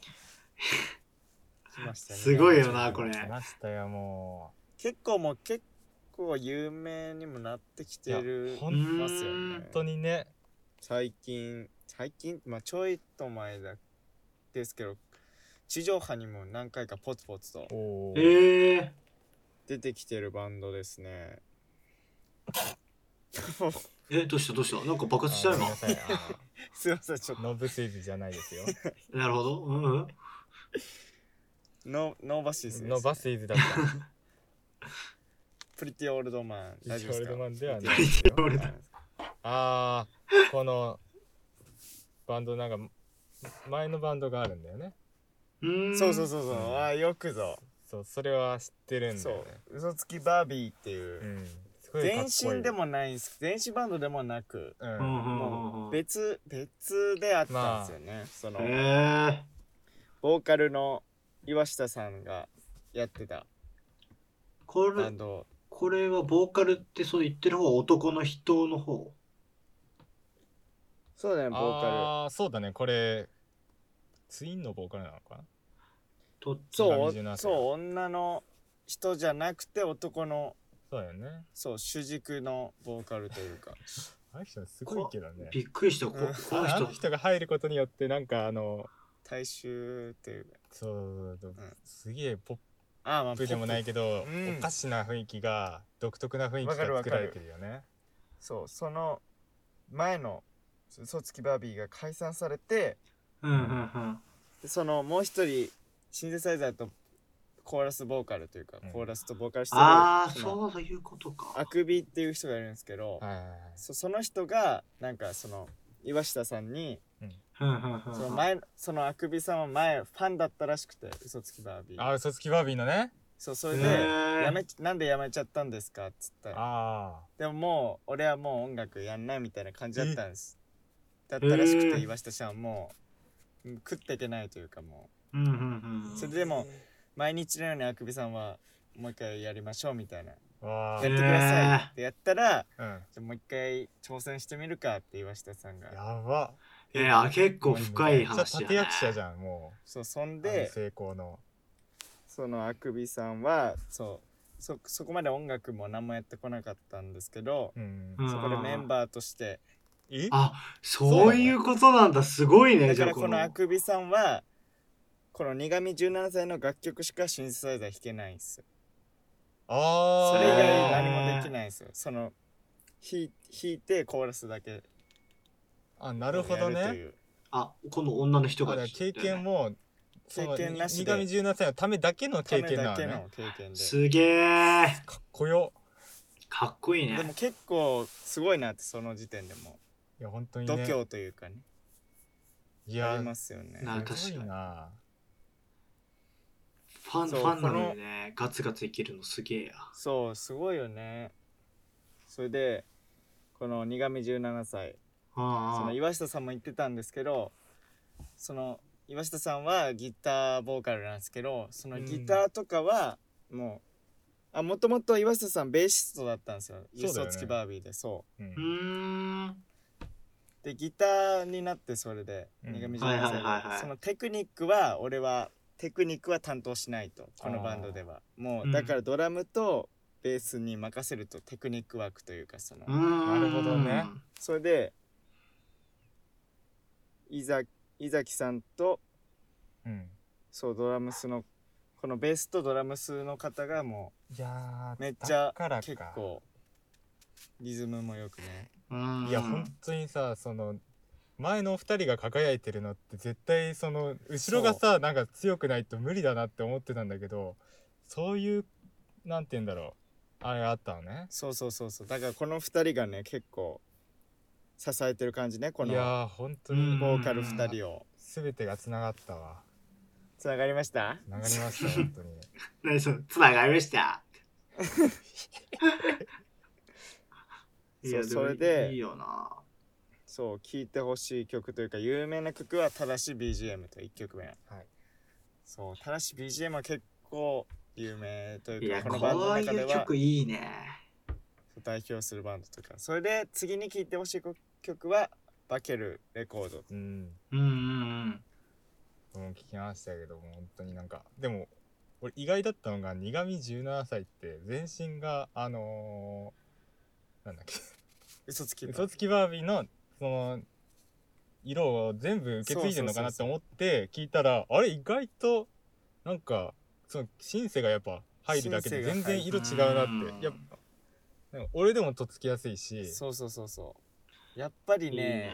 Speaker 2: 来ました
Speaker 3: り
Speaker 2: ね
Speaker 3: すごいよなこれ
Speaker 1: 来ましたよも
Speaker 2: 結構もう結構有名にもなってきて
Speaker 1: い
Speaker 2: る
Speaker 1: やほん
Speaker 2: ますよね
Speaker 1: う本当にね
Speaker 2: 最近最近まあちょいと前だですけど地上波にも何回かポツポツと
Speaker 1: おー
Speaker 3: ええ
Speaker 2: 出てきてるバンドですね
Speaker 3: ー、えどうしたどうしたなんか爆発した
Speaker 1: あごめん
Speaker 3: 今
Speaker 1: なさいあ
Speaker 2: すいませんち ょっ
Speaker 1: のノブスイズじゃないですよ
Speaker 3: なるほどうんうん
Speaker 2: とノノーバシーズです
Speaker 1: ノバスイズだった
Speaker 2: プリティオールドマン大
Speaker 1: 一
Speaker 2: 丈
Speaker 1: 応オ
Speaker 2: 夫です
Speaker 1: ル
Speaker 2: か
Speaker 1: ドマンでは
Speaker 2: プリテ
Speaker 1: ないですよ
Speaker 3: プリティオール
Speaker 2: ィ
Speaker 3: ドマン
Speaker 2: はい
Speaker 1: あーこのバンドなんか前のバンドがあるんだよね
Speaker 3: うー ん
Speaker 2: そうそうそうそう、
Speaker 1: うん
Speaker 2: ああよくぞ
Speaker 1: そうそれは知ってるんだ
Speaker 2: そ
Speaker 1: よ
Speaker 2: う
Speaker 1: ね
Speaker 2: 嘘つきバービーっていうう、
Speaker 1: んすごいかっこい
Speaker 2: 全
Speaker 1: い
Speaker 2: 身でもないんです全身バンドでもなく
Speaker 1: うん
Speaker 3: うんうんうんうんえ
Speaker 2: 別別であったんですよね、その、
Speaker 3: え
Speaker 2: ボーカルの岩下さんがやってた
Speaker 3: ー、こ
Speaker 2: バ
Speaker 3: れ
Speaker 2: ンド
Speaker 3: これはボーカルってそう言ってる方は男の人の方
Speaker 2: そうだねボーカ
Speaker 1: ああそうだねこれツインのボーカルなのかな
Speaker 3: と
Speaker 2: ルそ
Speaker 1: 感じ
Speaker 2: う
Speaker 1: なさ
Speaker 2: そう女の人じゃなくて男の
Speaker 1: そうだよね
Speaker 2: そう主軸のボーカルというか
Speaker 1: あの人すごいけどね
Speaker 3: びっくりしたこ
Speaker 2: うん
Speaker 3: この
Speaker 1: ああ
Speaker 3: 人
Speaker 1: の人が入ることによってなんかあの
Speaker 2: 大衆というか
Speaker 1: そうそうそう
Speaker 2: うん
Speaker 1: すげえポッ
Speaker 2: ああまあ
Speaker 1: プでもない
Speaker 2: ポッ
Speaker 1: けど、
Speaker 2: うん
Speaker 1: おかしな雰囲気が独特な雰囲気が
Speaker 2: わかるわ
Speaker 1: 作
Speaker 2: かる
Speaker 1: られてるよね
Speaker 2: プそうその前の嘘つきバービーが解散されて
Speaker 3: うんうんうん
Speaker 2: でそのもう一人シンセサイザーとコーラスボーカルというか、
Speaker 1: うん
Speaker 2: コーラスとボーカルしてる
Speaker 3: ああ
Speaker 2: の
Speaker 3: そういうことか
Speaker 2: あくびっていう人がいるんですけど、
Speaker 1: はいはいはい
Speaker 2: そその人がなんかその岩下さんに
Speaker 3: うんうんうんうん
Speaker 2: その前そのあくびさんは前ファンだったらしくて嘘つきバービ
Speaker 1: あ
Speaker 2: ー
Speaker 1: 嘘つきバービーのね
Speaker 2: そうそれ
Speaker 3: へ
Speaker 2: で
Speaker 3: ー
Speaker 2: やめなんでやめちゃったんですかっつったら
Speaker 1: あ
Speaker 2: でももう俺はもう音楽やんないみたいな感じだったんですだったらし
Speaker 3: へ
Speaker 2: く
Speaker 3: ー
Speaker 2: て岩下さんはもううん食っていけないというかも
Speaker 3: うんうんうん
Speaker 2: それでもう毎日のようにあくびさんはもう一回やりましょうみたいなや
Speaker 1: あわあ
Speaker 2: って
Speaker 1: う
Speaker 2: く
Speaker 1: ん
Speaker 2: だ
Speaker 3: へ
Speaker 2: さ
Speaker 3: ー
Speaker 2: いってやったら
Speaker 1: や
Speaker 2: じゃあもう一回挑戦してみるかって岩下さんが
Speaker 1: ば
Speaker 3: いや結構深い話
Speaker 1: じゃ
Speaker 3: や
Speaker 1: 立
Speaker 3: ね
Speaker 1: 役者じゃんも
Speaker 2: そうそん
Speaker 1: う
Speaker 2: で
Speaker 1: あの成功の
Speaker 2: そのあくびさんはそうそそこまで音楽も何もやってこなかったんですけど、
Speaker 1: うん
Speaker 3: うん
Speaker 2: そこでメンバーとして
Speaker 1: え
Speaker 3: あそういうことなんだすごいね
Speaker 2: だ
Speaker 3: じ
Speaker 2: か
Speaker 3: ゃあ
Speaker 2: らこ
Speaker 3: こ
Speaker 2: の
Speaker 3: の
Speaker 2: あくびさんはこの苦味17歳の楽曲しかシンセサイザー弾けないんですよ
Speaker 1: あ
Speaker 2: そ
Speaker 1: あ
Speaker 2: れ以外
Speaker 3: へ
Speaker 2: 何
Speaker 3: ー
Speaker 2: もできないんですよその弾い弾いてコーラスだけ
Speaker 1: あなるほど
Speaker 2: やると
Speaker 1: ね
Speaker 2: いう
Speaker 3: あ、この女の人
Speaker 1: あだ
Speaker 3: が
Speaker 1: から
Speaker 3: です
Speaker 1: 経験もその
Speaker 2: 経験なしで
Speaker 1: 苦味柔軟性のためだけの経験な
Speaker 2: だ
Speaker 1: の
Speaker 2: け
Speaker 1: ね
Speaker 2: の経験で、
Speaker 3: すげえ。
Speaker 1: かっこよ
Speaker 3: かっこいい
Speaker 2: でも
Speaker 3: ね。
Speaker 2: 結構すごいなってその時点でも
Speaker 1: いや本当に
Speaker 2: 度
Speaker 1: ね
Speaker 2: 胸というかね
Speaker 1: い
Speaker 2: あ
Speaker 1: や
Speaker 2: りますよね
Speaker 3: なる
Speaker 1: すごいな
Speaker 3: ファン、フ
Speaker 2: そう
Speaker 3: ァンな
Speaker 2: こ
Speaker 3: の
Speaker 2: の
Speaker 3: にね、ガツガツいけるのすげえや。
Speaker 2: そうすごいよねそれでこの苦味17歳そ
Speaker 3: あ
Speaker 2: の
Speaker 3: あ。
Speaker 2: 岩下さんも言ってたんですけどその岩下さんはギターボーカルなんですけどその
Speaker 1: うん
Speaker 2: ギターとかはもう、あもともと岩下さんベーシストだったんですよ
Speaker 1: よね
Speaker 2: 嘘つきバービーでそう
Speaker 1: う
Speaker 3: うー
Speaker 1: ん
Speaker 3: ん。
Speaker 2: でギターになってそれで
Speaker 1: うん
Speaker 2: 苦味
Speaker 3: はいはい
Speaker 2: さ
Speaker 3: はいはい
Speaker 2: そのテクニックは俺はテクニックは担当しないとこのバンドではも
Speaker 3: う
Speaker 2: うんだからドラムとベースに任せるとテクニックワークというかその、
Speaker 3: うー
Speaker 1: な
Speaker 3: ん。
Speaker 1: るほどね
Speaker 2: それで伊ざ伊崎さんと
Speaker 1: うん
Speaker 2: そうドラムスのこのベースとドラムスの方がも
Speaker 1: いやー
Speaker 2: うめっちゃ
Speaker 1: だから
Speaker 2: 結
Speaker 1: か
Speaker 2: 構リズムもよくね
Speaker 3: うーん。
Speaker 1: いや本当にさその前のお二人が輝いてるのって絶対その後ろがさなんか強くないと無理だなって思ってたんだけどそういうなんて言うんだろうあれあったのね
Speaker 2: そうそうそうそうだからこの2人がね結構支えてる感じねこ
Speaker 1: い
Speaker 2: の。
Speaker 1: やー本当
Speaker 3: う
Speaker 1: に
Speaker 3: ん
Speaker 1: もう
Speaker 2: ボーカル2人を
Speaker 1: 全てがつながったわ
Speaker 2: つながりました
Speaker 1: つながりま した本当に
Speaker 3: 何その、つながりました。いや、
Speaker 2: そう
Speaker 3: も
Speaker 2: それで
Speaker 3: いいよな。
Speaker 2: そう聴いてほしい曲というか有名な曲は「正しい BGM」と1曲目
Speaker 1: はい
Speaker 2: そう「正しい BGM」は結構有名と
Speaker 3: い
Speaker 2: いう
Speaker 3: や、
Speaker 2: かこの
Speaker 3: こ
Speaker 2: バンドの
Speaker 3: う
Speaker 2: 中
Speaker 3: い
Speaker 2: で
Speaker 3: う
Speaker 2: は
Speaker 3: 曲いいね。
Speaker 2: 代表するバンドというかそれで次に聴いてほしい曲は「バケルレコード
Speaker 1: うん
Speaker 3: うんうんうん。
Speaker 1: もう聞きましたけどもう本当になんかでも俺意外だったのが苦味17歳って全身があのー、なんだっけ」
Speaker 2: 嘘つき
Speaker 1: 嘘つきバービーのその色を全部受け継いでるのかなって
Speaker 2: そうそうそうそう
Speaker 1: 思って聞いたらあれ意外となんかそのシンセがやっぱ入るだけで
Speaker 2: シンセ
Speaker 1: 全
Speaker 2: が入
Speaker 1: 然
Speaker 2: る
Speaker 1: 色違うなっ
Speaker 3: うん
Speaker 1: てやっぱなんか俺でもとっつきやすいし
Speaker 2: そうそうそうそうやっぱり
Speaker 3: いい
Speaker 2: ね
Speaker 3: ね。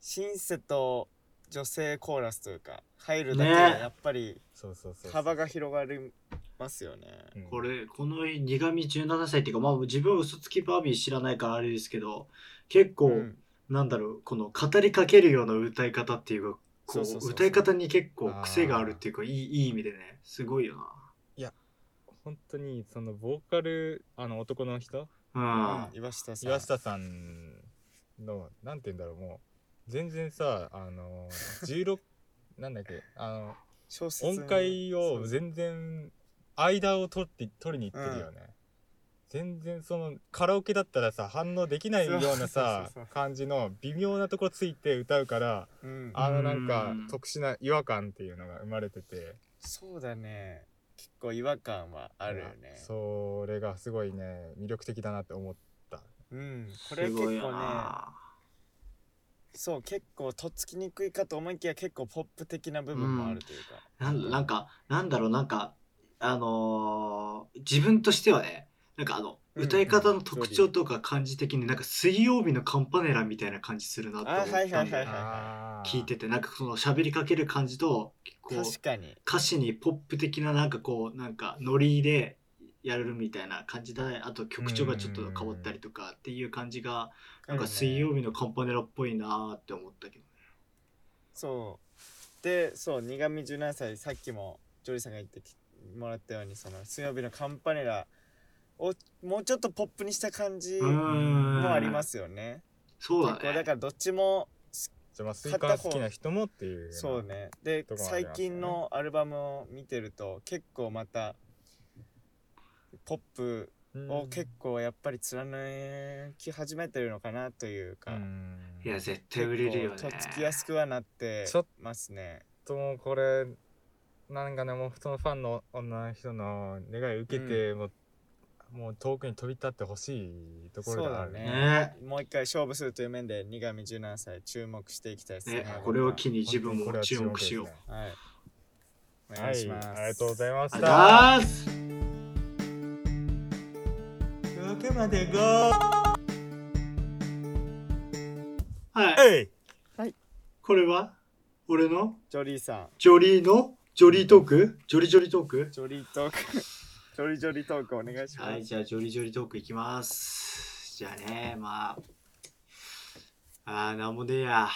Speaker 2: シンセと女性コーラスというか入るだけでやっぱり
Speaker 1: そうそうそう
Speaker 2: 幅が広がりますよね
Speaker 1: うん
Speaker 3: これ、この苦味17歳っていうか、まあ自分は嘘つきバービー知らないからあれですけど、結構、
Speaker 2: うん
Speaker 3: なんだろう、この語りかけるような歌い方っていうか、こ
Speaker 2: そうそうそうそう
Speaker 3: う歌い方に結構癖があるっていうか、いいいい意味でね、すごいよ
Speaker 1: 本当にそのボーカルあの男の人
Speaker 3: な。
Speaker 2: 岩下さん
Speaker 1: 岩下さんのなんて言うんだろうもう全然さあの16なんだっけあの
Speaker 2: 小説
Speaker 1: 音階を全然間を取って取りに行ってるよね、全然そのカラオケだったらさ反応できないようなさ
Speaker 2: そうそうそうそう
Speaker 1: 感じの微妙なとこついて歌うから
Speaker 2: うん
Speaker 1: あのなん
Speaker 3: う
Speaker 1: か
Speaker 3: ん
Speaker 1: 特殊な違和感っていうのが生まれてて
Speaker 2: そうだね結構違和感はあるよね
Speaker 1: それがすごいね魅力的だなって思った
Speaker 2: うんこ
Speaker 3: こ
Speaker 2: れ
Speaker 3: れ
Speaker 2: 結構ね
Speaker 3: よな。
Speaker 2: そう結構とっつきにくいかと思いきや結構ポップ的な部分もあるというか、
Speaker 3: なんなんか、なんだろう、なんか、あのー自分としてはね、なんかあの、
Speaker 2: うん
Speaker 3: 歌い方の特徴とか感じ的に、なんか水曜日のカンパネラみたいな感じするなって思
Speaker 2: あは
Speaker 3: っ
Speaker 2: いは
Speaker 3: た
Speaker 2: い
Speaker 3: ん
Speaker 2: はい
Speaker 3: で
Speaker 2: は、
Speaker 3: 聞いてて、なんかその喋りかける感じと、こう、
Speaker 2: 確かに
Speaker 3: 歌詞にポップ的ななんかこうなんかノリでやるみたいな感じだねあと曲調がちょっと変わったりとかっていう感じがなんか水曜日のカンパネラっぽいなーって思ったけど
Speaker 2: そうでそう苦味17歳さっきもジョリーさんが言ってきもらったようにその水曜日のカンパネラをもうちょっとポップにした感じ
Speaker 3: うー
Speaker 2: も
Speaker 3: ん
Speaker 2: ありますよね、
Speaker 3: そうだ
Speaker 2: 結構だ
Speaker 3: ね
Speaker 2: からどっちも
Speaker 1: じゃあまあスイカが好きな人もっていう
Speaker 2: そうねで
Speaker 1: ところもあり
Speaker 2: 最
Speaker 1: ますよね
Speaker 2: 近のアルバムを見てると結構またポップ
Speaker 1: うん
Speaker 2: を結構やっぱり貫き始めてるのかなというか、
Speaker 1: うん
Speaker 3: いや絶対売れるよね
Speaker 2: 結構とっつきやすくはなって
Speaker 1: ちょっ
Speaker 2: ますね
Speaker 1: ちょっともうこれなんかねもうそのファンの女の人の願いを受けて、もうもう遠くに飛び立ってほしいところではある
Speaker 2: そうだね
Speaker 3: ね
Speaker 2: もう一回勝負するという面で苦味17歳注目していきたいですね
Speaker 3: ねこれを機
Speaker 1: に
Speaker 3: に自分も注目しよう
Speaker 1: は
Speaker 2: はいお
Speaker 1: い、あ
Speaker 2: 願いします、
Speaker 1: りがとうございまし
Speaker 3: あ
Speaker 1: た
Speaker 3: りがとうございます
Speaker 1: 抜くまでゴー
Speaker 3: はい。
Speaker 1: えい
Speaker 3: これは、俺の
Speaker 2: ジョリーさ
Speaker 3: ジョリーの、ジョリートークジョリジョリトーク
Speaker 2: ん、ジョリートー ク、ジョリジョリトークお願いします。
Speaker 3: はい、じゃあ、ジョリジョリトークいきます。じゃあね、まあ、あー、なんもねえや。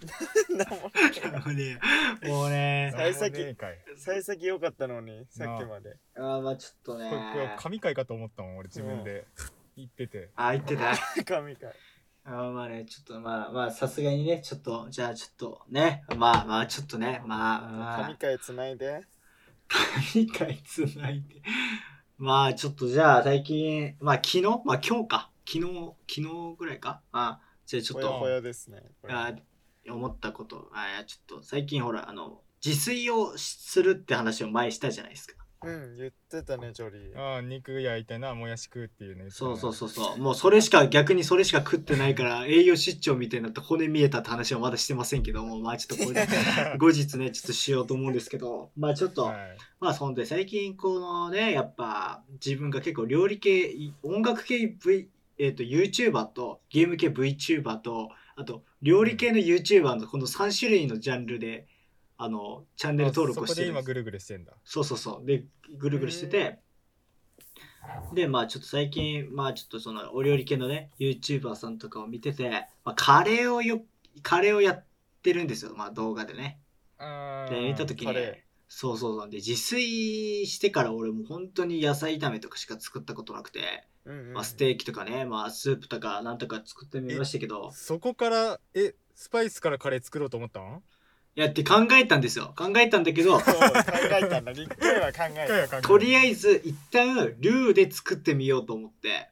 Speaker 3: なんもねえや。もうね、
Speaker 2: 幸先
Speaker 1: なんもねえかい
Speaker 2: 幸先良かったのに、さっきまで。
Speaker 3: あー、まあちょっと
Speaker 1: こ
Speaker 3: ね
Speaker 1: れ。これ神回かと思ったもん俺自分で言ってて
Speaker 3: あー、言ってた。
Speaker 2: 神回。
Speaker 3: あーまあね、ちょっとまあまあ、さすがにね、ちょっと、じゃあちょっとね、まあまあ、ちょっとね、まあ、まあ
Speaker 2: 神、回つないで。
Speaker 3: 神回つないで。まあちょっとじゃあ最近、まあ昨日、まあ今日か。昨日、昨日ぐらいか。まあ、じゃあちょ
Speaker 2: ほ
Speaker 3: っ
Speaker 2: や
Speaker 3: と。
Speaker 2: ほやですね。これ
Speaker 3: あ思ったことあいやちょっと最近ほらあの自炊をするって話を前したじゃないですか
Speaker 2: うん、言ってたね、ジョリー。
Speaker 1: ああ肉焼いてなもやし食うっていうね
Speaker 3: そうそう
Speaker 1: う
Speaker 3: そうそうもうそれしか逆にそれしか食ってないから栄養失調みたいになって骨見えたって話はまだしてませんけどもまあちょっとこれ後日ねちょっとしようと思うんですけどまあちょっと、
Speaker 1: はい
Speaker 3: まあそんで最近このねやっぱ自分が結構料理系い音楽系 V えっ、と YouTuber とゲーム系 VTuber とあと料理系の YouTuber のこの3種類のジャンルであのチャンネル登録をしてる
Speaker 1: あそこで今ぐるぐるしてんだ
Speaker 3: そうそうそう。で、ぐるぐるしてて、で、まあちょっと最近、まあちょっとそのお料理系のね、YouTuber さんとかを見てて、まあ、カレーをよ、カレーをやってるんですよ、まあ動画でね。
Speaker 1: あ
Speaker 3: で、見た時に
Speaker 2: カレ
Speaker 3: ね、そうそうそう。で、自炊してから俺もう本当に野菜炒めとかしか作ったことなくて、
Speaker 2: うんうんうん
Speaker 3: まあステーキとかね、まあスープとかなんとか作ってみましたけど、
Speaker 1: そこからえスパイスからカレー作ろうと思ったん
Speaker 3: いやって考えたんですよ。考えたんだけ ど、
Speaker 2: そう、考えたんだ。一回は考えた。
Speaker 1: え
Speaker 3: とりあえず一旦ルーで作ってみようと思って、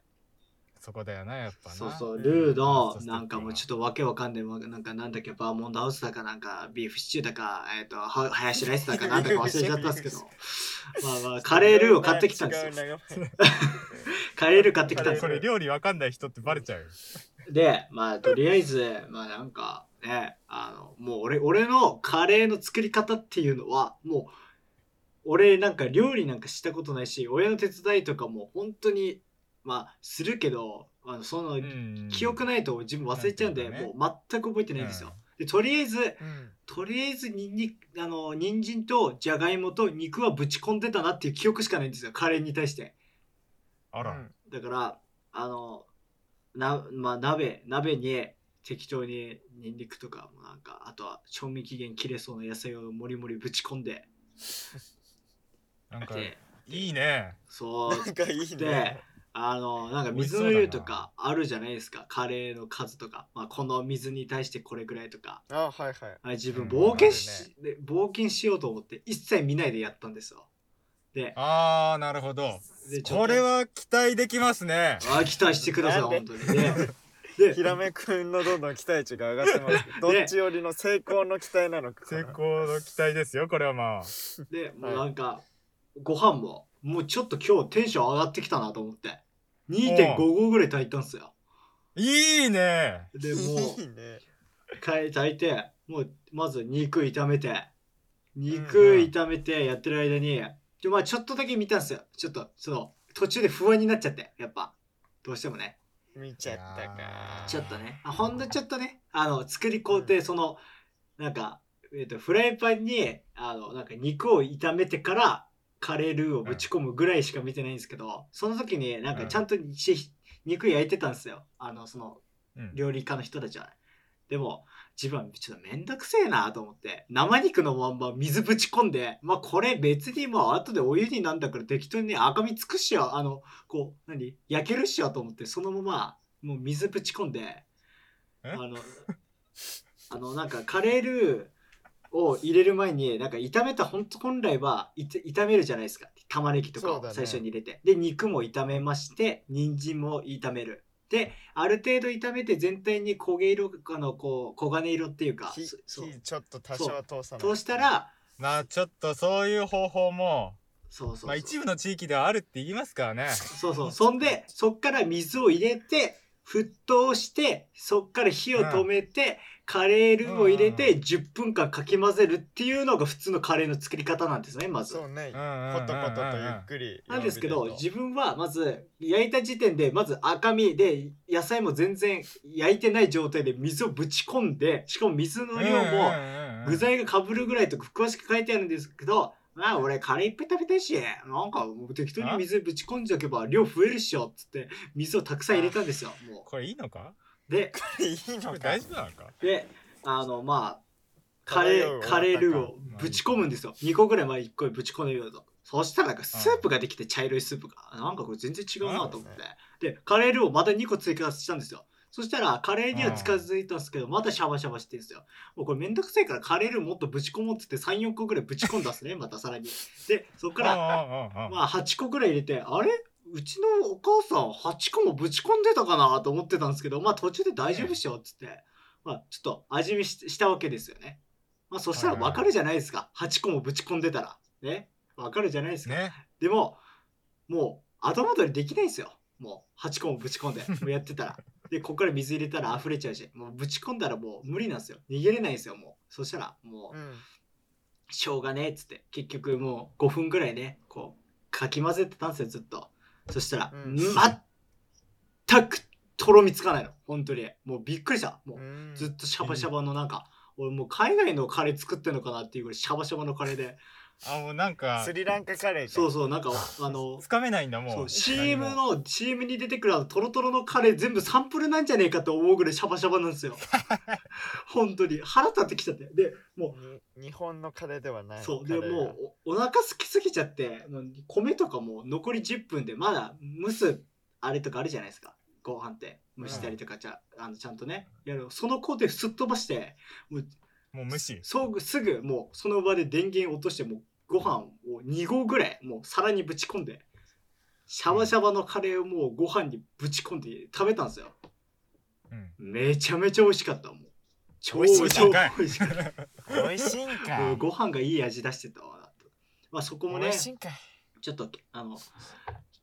Speaker 1: そこだよなやっぱな
Speaker 3: そうそうう、
Speaker 2: ん
Speaker 3: ルー
Speaker 1: ラスト
Speaker 3: の
Speaker 1: ステップ
Speaker 3: なんかもうちょっとわけわかんない、なんかなんだっけ、バーモントハウスだかなんか、ビーフシチューだか、えっ、と、はハヤシライスだかなんだか忘れちゃったんですけど、まあまあ、カレールーを買ってきたんですよ。
Speaker 2: 違うな
Speaker 3: カレールー買ってきたんです
Speaker 1: こ
Speaker 3: よ。
Speaker 1: れ料理わかんない人ってバレちゃうよ
Speaker 3: で、まあ、とりあえず、まあなんか、ね、あの、もう俺、俺のカレーの作り方っていうのは、もう、俺なんか料理なんかしたことないし、親の手伝いとかも本当に、まあ、するけど、あのその、
Speaker 1: うん
Speaker 3: 記憶ないと自分忘れちゃうんで、
Speaker 1: なんていうかね
Speaker 3: もう全く覚えてないんですよ。でとりあえず、
Speaker 2: うん
Speaker 3: とりあえずにんにくあの人参とじゃがいもと肉はぶち込んでたなっていう記憶しかないんですよカレーに対して
Speaker 1: あら、
Speaker 2: うん
Speaker 3: だからあのな、まあ、鍋鍋に適当ににんにくとかもなんかあとは賞味期限切れそうな野菜をもりもりぶち込んで
Speaker 1: なんか
Speaker 3: で
Speaker 1: いいね
Speaker 3: そう
Speaker 2: なんかいい
Speaker 3: で
Speaker 2: ね。
Speaker 3: あのなんか水の量とかあるじゃないですかカレーの数とか、まあ、この水に対してこれぐらいとか
Speaker 2: あ、はいはい。
Speaker 3: あ自分
Speaker 1: うん
Speaker 3: 冒険し、で冒険しようと思って一切見ないでやったんですよ。で、
Speaker 1: あーなるほど
Speaker 3: でちょっと
Speaker 1: これは期待できますね
Speaker 3: あ期待してください、
Speaker 2: なんで
Speaker 3: 本当に。で、
Speaker 2: ひ
Speaker 3: で
Speaker 2: らめくんのどんどん期待値が上がってますけど。どっちよりの成功の期待なのか。
Speaker 1: 成功の期待ですよこれはまあ
Speaker 3: でもうなんか、ご飯も、もうちょっと今日テンション上がってきたなと思って、2.55ぐらい炊いたんですよ。
Speaker 1: いいね
Speaker 3: で、も、
Speaker 2: いいうね。
Speaker 3: か炊いて、もう、まず肉炒めて、肉
Speaker 1: うんうん
Speaker 3: 炒めてやってる間に、でまあ、ちょっとだけ見たんですよ。ちょっと、その、途中で不安になっちゃって、やっぱ、どうしてもね。
Speaker 2: 見ちゃったか。
Speaker 3: ちょっとね、あほんのちょっとね、あの作り工程、その、なんか、えっとフライパンにあのなんか肉を炒めてからカレールーをぶち込むぐらいしか見てないんですけど、その時になんかちゃんとし、肉焼いてたんですよ、あのその
Speaker 1: うん
Speaker 3: 料理家の人たちは。でも自分はちょっとめんどくせえなと思って生肉のまんま水ぶち込んでまあこれ別にもう後でお湯になんだから適当にね赤身つくっしよあのこう何焼けるっしよと思ってそのままもう水ぶち込んで
Speaker 1: え
Speaker 3: あの あのなんかカレールーを入れる前になんか炒めた本当本来はいつ炒めるじゃないですか玉ねぎとか
Speaker 2: そう
Speaker 3: を
Speaker 2: だね
Speaker 3: 最初に入れて、で肉も炒めまして人参も炒めるである程度炒めて全体に焦げ色あのこう黄金色っていうか
Speaker 2: 火
Speaker 3: そそう
Speaker 2: 火ちょっと多少は通さない。
Speaker 3: そうした、ら
Speaker 1: まあちょっとそういう方法も
Speaker 3: そうそうそう、
Speaker 1: まあ一部の地域ではあるって言いますからね
Speaker 3: そうそうそんでそっから水を入れて沸騰してそっから火を止めて、カレールーを入
Speaker 2: う
Speaker 3: れ
Speaker 2: んうん
Speaker 3: て10分間かき混ぜるっていうのが普通のカレーの作り方なんですねまず
Speaker 2: そ。うね
Speaker 1: うんうんうん
Speaker 2: コトコトとゆっくり
Speaker 3: なんですけど
Speaker 2: 弱火
Speaker 3: 自分はまず焼いた時点でまず赤身で野菜も全然焼いてない状態で水をぶち込んでしかも水の量も具材がかぶるぐらいとか詳しく書いてあるんですけど、まあ俺カレーいっぱい食べたいし、なんかもう適当に水ぶち込んじゃけば量増えるっしょっつって水をたくさん入れたんですよ。も
Speaker 1: これいい のか
Speaker 3: うで、
Speaker 2: でいい
Speaker 1: こ
Speaker 2: の
Speaker 1: れ
Speaker 2: か
Speaker 1: 大丈夫なのか
Speaker 3: で、あのまあ、カレー、カレールーをぶち込むんですよ。2個ぐらいまあ1個ぶち込んでみようと。そしたらなんかスープができて茶色いスープが。なんかこれ全然違うなと思って。で、カレールーをまた2個追加したんですよ。そしたらカレーには近づいたんですけど、またシャバシャバしてるんですよ。もうこれめんどくさいからカレールーもっとぶち込もうって言って3、4個ぐらいぶち込んだんですね。またさらに。で、そっから、
Speaker 1: ら
Speaker 3: まあ8個ぐらい入れて、あれうちのお母さん8個もぶち込んでたかなと思ってたんですけど、まあ途中で大丈夫っしょっつって、まあちょっと味見ししたわけですよね。まあそしたらわかるじゃないですか。8個もぶち込んでたら。ね。わかるじゃないですか。
Speaker 1: ね
Speaker 3: でも、もう後戻りできないんですよ。もう8個もぶち込んで、もうやってたら。で、ここから水入れたら溢れちゃうし、もうぶち込んだらもう無理なんですよ。逃げれないんですよ、もう。そしたらもう
Speaker 2: う、ん
Speaker 3: しょうがねえっつって結局もう5分ぐらいねこうかき混ぜてたんですよずっとそしたら、
Speaker 2: うん
Speaker 3: 全くとろみつかないの本当にもうびっくりしたもう、
Speaker 2: うん
Speaker 3: ずっとシャバシャバのなんか、俺もう海外のカレー作ってんのかなっていうぐらいシャバシャバのカレーで
Speaker 1: あもうなんか
Speaker 2: スリランカカレーか
Speaker 3: そうそうなんかあの
Speaker 1: つかめないんだもう
Speaker 3: そ
Speaker 1: 何
Speaker 3: う
Speaker 1: も
Speaker 3: CM の CM に出てくるあのトロトロのカレー全部サンプルなんじゃねえかと思うぐらいシャバシャバなんですよ本当に腹立ってきちゃってでもう
Speaker 2: に日本のカレーではない
Speaker 3: そう
Speaker 2: カレ
Speaker 3: で
Speaker 2: ーが
Speaker 3: もうおお腹空きすぎちゃってもう米とかも残り10分でまだ蒸すあれとかあるじゃないですかご飯って蒸したりとかちゃ,、あのちゃんとねやるその工程すっ飛ばして
Speaker 1: もう無視
Speaker 3: そうすぐもうその場で電源落としてもうご飯を2合ぐらいもう皿にぶち込んでシャバシャバのカレーをもうご飯にぶち込んで食べたんですよ
Speaker 1: うん
Speaker 3: めちゃめちゃ美味しかったもう超
Speaker 1: 美味しい
Speaker 3: 超
Speaker 1: んかい
Speaker 3: 美味しかった
Speaker 2: 美味しいんか
Speaker 3: もうご飯がいい味出してたわまあそこも
Speaker 2: 美
Speaker 3: ね
Speaker 2: 味しいんかい
Speaker 3: ちょっとあの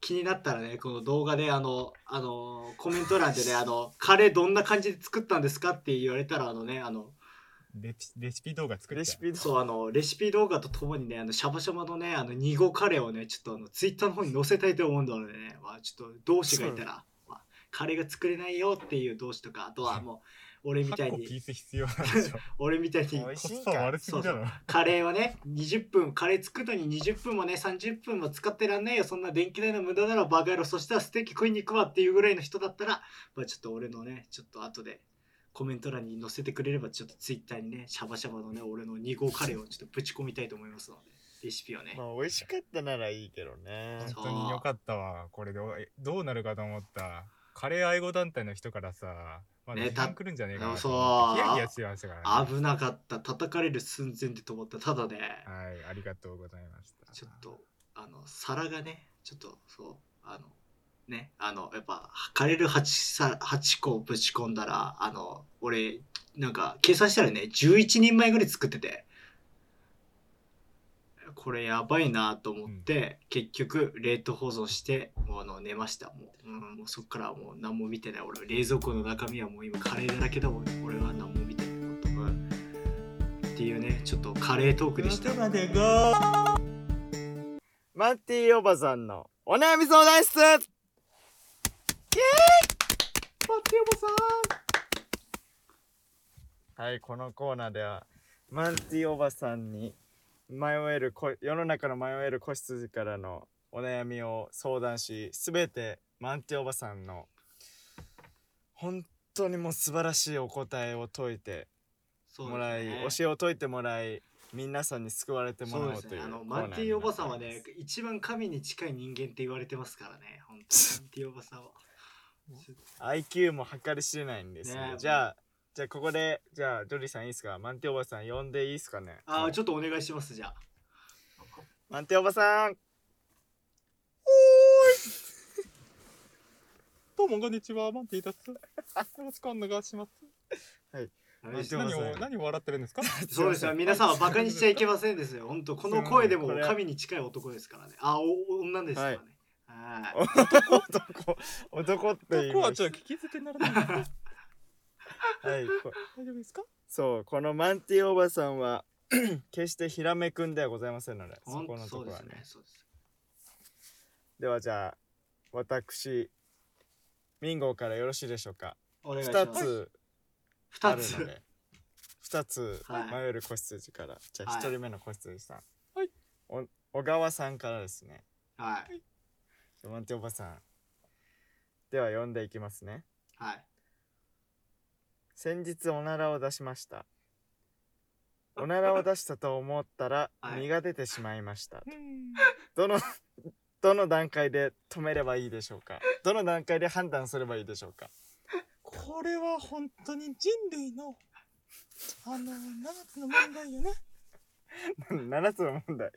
Speaker 3: 気になったらねこの動画であのあのコメント欄でねあのカレーどんな感じで作ったんですかって言われたらあのねあの
Speaker 1: レピレシピ動画作って
Speaker 2: レシピど
Speaker 3: そうあのレシピ動画とともにねあのシャバシャバのねあの2号カレーをねちょっとあのツイッターの方に載せたいと思うのでね、まあ、ちょっと同志がいたら、まあ、カレーが作れないよっていう同志とかあとはもう俺みたい
Speaker 1: 8個ピー
Speaker 3: に
Speaker 1: ス必要なんで しょ
Speaker 3: 俺みたいに
Speaker 2: 美味
Speaker 1: コ
Speaker 2: しいん
Speaker 1: ス
Speaker 2: か
Speaker 1: パ
Speaker 2: い
Speaker 1: 悪すぎだろ
Speaker 3: カレーはね20分カレー作るのに20分もね30分も使ってらんないよそんな電気代の無駄だろバカ野郎そしたらステーキ食いに行くわっていうぐらいの人だったら、まあ、ちょっと俺のねちょっと後でコメント欄に載せてくれればちょっとツイッターにねシャバシャバのね俺の2号カレーをちょっとぶち込みたいと思いますのでレシピをね
Speaker 2: まあ美味しかったならいいけどね
Speaker 1: 本当によかったわこれでおえどうなるかと思ったカレー愛護団体の人からさまあ
Speaker 3: ね
Speaker 1: 批判来るんじゃねえかなと
Speaker 3: そ
Speaker 1: 思っ
Speaker 3: う
Speaker 1: てヒヤヒヤしてましたからね
Speaker 3: 危なかった叩かれる寸前で止まったただね
Speaker 1: はいありがとうございました
Speaker 3: ちょっとあの皿がねちょっとそうあのねあのやっぱカレル 8, さ8個ぶち込んだらあの俺なんか計算したらね11人前ぐらい作っててこれやばいなと思って、結局冷凍保存してもうあの寝ましたもう,、うん、もうそっからはもう何も見てない俺冷蔵庫の中身はもう今カレーだらけだもん俺は何も見てないことっていうねちょっとカレートークでした
Speaker 2: マンティーおばさんのお悩み相談室
Speaker 3: 松山さん
Speaker 2: はいこのコーナーではマンティーおばさんに迷えるこ世の中の迷える子羊からのお悩みを相談しすべてマンティーおばさんの本当にもう素晴らしいお答えを解いて
Speaker 3: そう
Speaker 2: もらい、
Speaker 3: ですね
Speaker 2: 教えを解いてもらい皆さんに救われてもらおう
Speaker 3: そう
Speaker 2: と
Speaker 3: で
Speaker 2: いう
Speaker 3: すねあの
Speaker 2: コー
Speaker 3: マ
Speaker 2: ナー
Speaker 3: ン
Speaker 2: になってます
Speaker 3: ティおばさんはね一番神に近い人間って言われてますからね 本当にマンティおばさんは
Speaker 2: IQ も計り知れないんです
Speaker 3: ね
Speaker 2: ね
Speaker 3: え
Speaker 2: じゃあじゃあここでじゃあジョリーさんいいですかマンティおばさん呼んでいいですかね
Speaker 3: ああちょっとお願いしますじゃあ
Speaker 2: マンティおばさん
Speaker 1: どうもこんにちはマンティだすよろしくお願いします
Speaker 3: ダメ
Speaker 2: マ
Speaker 3: で
Speaker 2: ン
Speaker 3: し
Speaker 2: ティ
Speaker 3: た
Speaker 2: お
Speaker 1: 何
Speaker 2: ばさん
Speaker 1: を何を笑ってるんですか
Speaker 3: そうですよ皆さんはバカにしちゃいけませんですよ本当この声でも
Speaker 2: すいませんこれ
Speaker 3: 神に近い男ですからねあお女ですからね、はい
Speaker 2: 男男って言い
Speaker 1: 男
Speaker 2: ま
Speaker 1: は
Speaker 2: す
Speaker 1: ちょっと聞き捨てならないですか
Speaker 2: はいこ
Speaker 1: 大丈夫ですか
Speaker 2: そうこのマンティおばさんは 決してヒラメくんではございませんのでそ
Speaker 3: ほん
Speaker 2: このと
Speaker 3: そ
Speaker 2: こ
Speaker 3: うです
Speaker 2: はね
Speaker 3: ね。そうです。
Speaker 2: ではじゃあ私ミンゴーからよろしいでしょうか
Speaker 3: お願いし
Speaker 2: 2
Speaker 3: ます。
Speaker 2: つあ
Speaker 3: 二
Speaker 2: る
Speaker 3: つ。
Speaker 2: ので2つ
Speaker 3: はい
Speaker 2: 迷える子羊から、じゃあ
Speaker 3: はい
Speaker 2: 1人目の子羊さん
Speaker 1: はい
Speaker 2: お小川さんからですね
Speaker 3: はい。
Speaker 2: ロマンティおばさんでは読んでいきますね
Speaker 3: はい。
Speaker 2: 先日おならを出しましたおならを出したと思ったら
Speaker 3: はい
Speaker 2: 身が出てしまいました、
Speaker 1: うん
Speaker 2: どのどの段階で止めればいいでしょうかどの段階で判断すればいいでしょうか
Speaker 1: これは本当に人類のあの七つの問題よね
Speaker 2: 7つの問題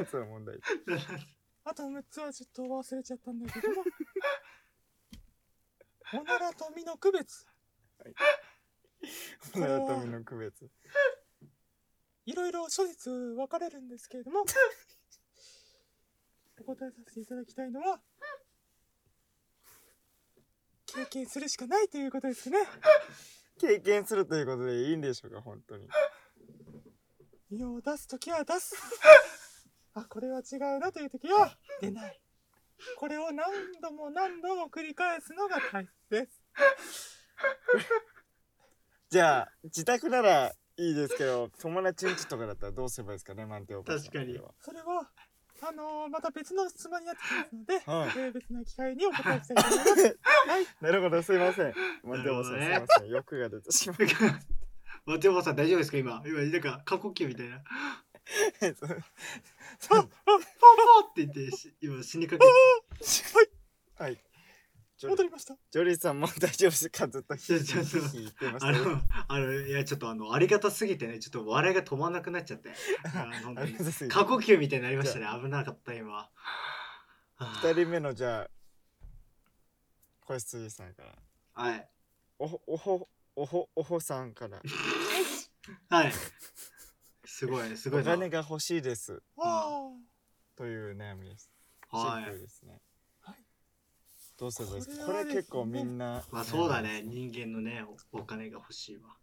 Speaker 2: 7つの問題
Speaker 1: あと6つはちょっと忘れちゃったんだけどもおならと身の区別
Speaker 2: おならと身の区別
Speaker 1: いろいろ諸説分かれるんですけれどもお答えさせていただきたいのは経験するしかないということですね
Speaker 2: 経験するということでいいんでしょうか本当に
Speaker 1: 身を出すときは出す あこれは違うなというときは出ないこれを何度も何度も繰り返すのが大切です
Speaker 2: じゃあ自宅ならいいですけど友達ん家とかだったらどうすればいいですかねマンテオ
Speaker 3: 確かに
Speaker 1: それはあのーまた別の質問になってきますので、
Speaker 2: は
Speaker 1: え
Speaker 2: い
Speaker 1: ー別な機会にお答えしたいと思います
Speaker 2: なるほどすいませんマンテオさん、すいません欲が出てしま
Speaker 3: マテオさん大丈夫ですか今今なんか過呼吸みたいな「
Speaker 2: う
Speaker 3: ああっ!」って言ってし今死にかけ
Speaker 2: はいジョ
Speaker 1: 戻
Speaker 2: リ
Speaker 1: りました
Speaker 2: ジョリーさんも大丈夫ですかずっとひいひ
Speaker 3: ちょ
Speaker 2: い
Speaker 3: っと
Speaker 2: 言ってました
Speaker 3: あ
Speaker 2: けど
Speaker 3: のあのいやちょっとあのありがたすぎてねちょっと笑いが止まらなくなっちゃってあの本当
Speaker 2: あり
Speaker 3: に
Speaker 2: がとうございます
Speaker 3: 過呼吸みたいになりましたね危なかった今あー
Speaker 2: 二人目のじゃあ小羊さんから
Speaker 3: はい
Speaker 2: おほおほおほおほさんから
Speaker 3: はいすごいねすご
Speaker 2: お
Speaker 3: いな
Speaker 2: 金が欲しいです
Speaker 1: あ
Speaker 2: という悩みです
Speaker 3: は
Speaker 2: シンプ
Speaker 3: い
Speaker 2: ルですね。
Speaker 1: はい
Speaker 2: どうすればいいですか。こ
Speaker 1: これ
Speaker 2: れ
Speaker 1: はですね
Speaker 2: 結構みんな。
Speaker 3: まあそうだね人間のねおお金が欲しいわ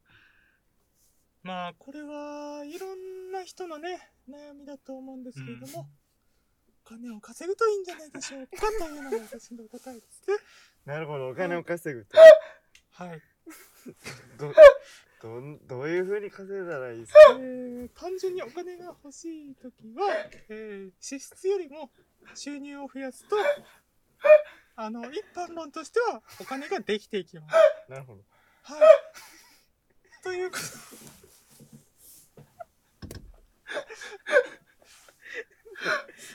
Speaker 1: まあこれはいろんな人のね悩みだと思うんですけれども、お金を稼ぐといいんじゃないでしょうかというのが私の答えですね
Speaker 2: なるほど、お金を稼ぐと。
Speaker 1: はい、
Speaker 2: ど、どん、どういう風に稼いだらいいです
Speaker 1: え
Speaker 2: か。
Speaker 1: ー単純にお金が欲しい時は、えー支出よりも収入を増やすとあの一般論としてはお金ができていきます
Speaker 2: なるほど。
Speaker 1: はい。ということ。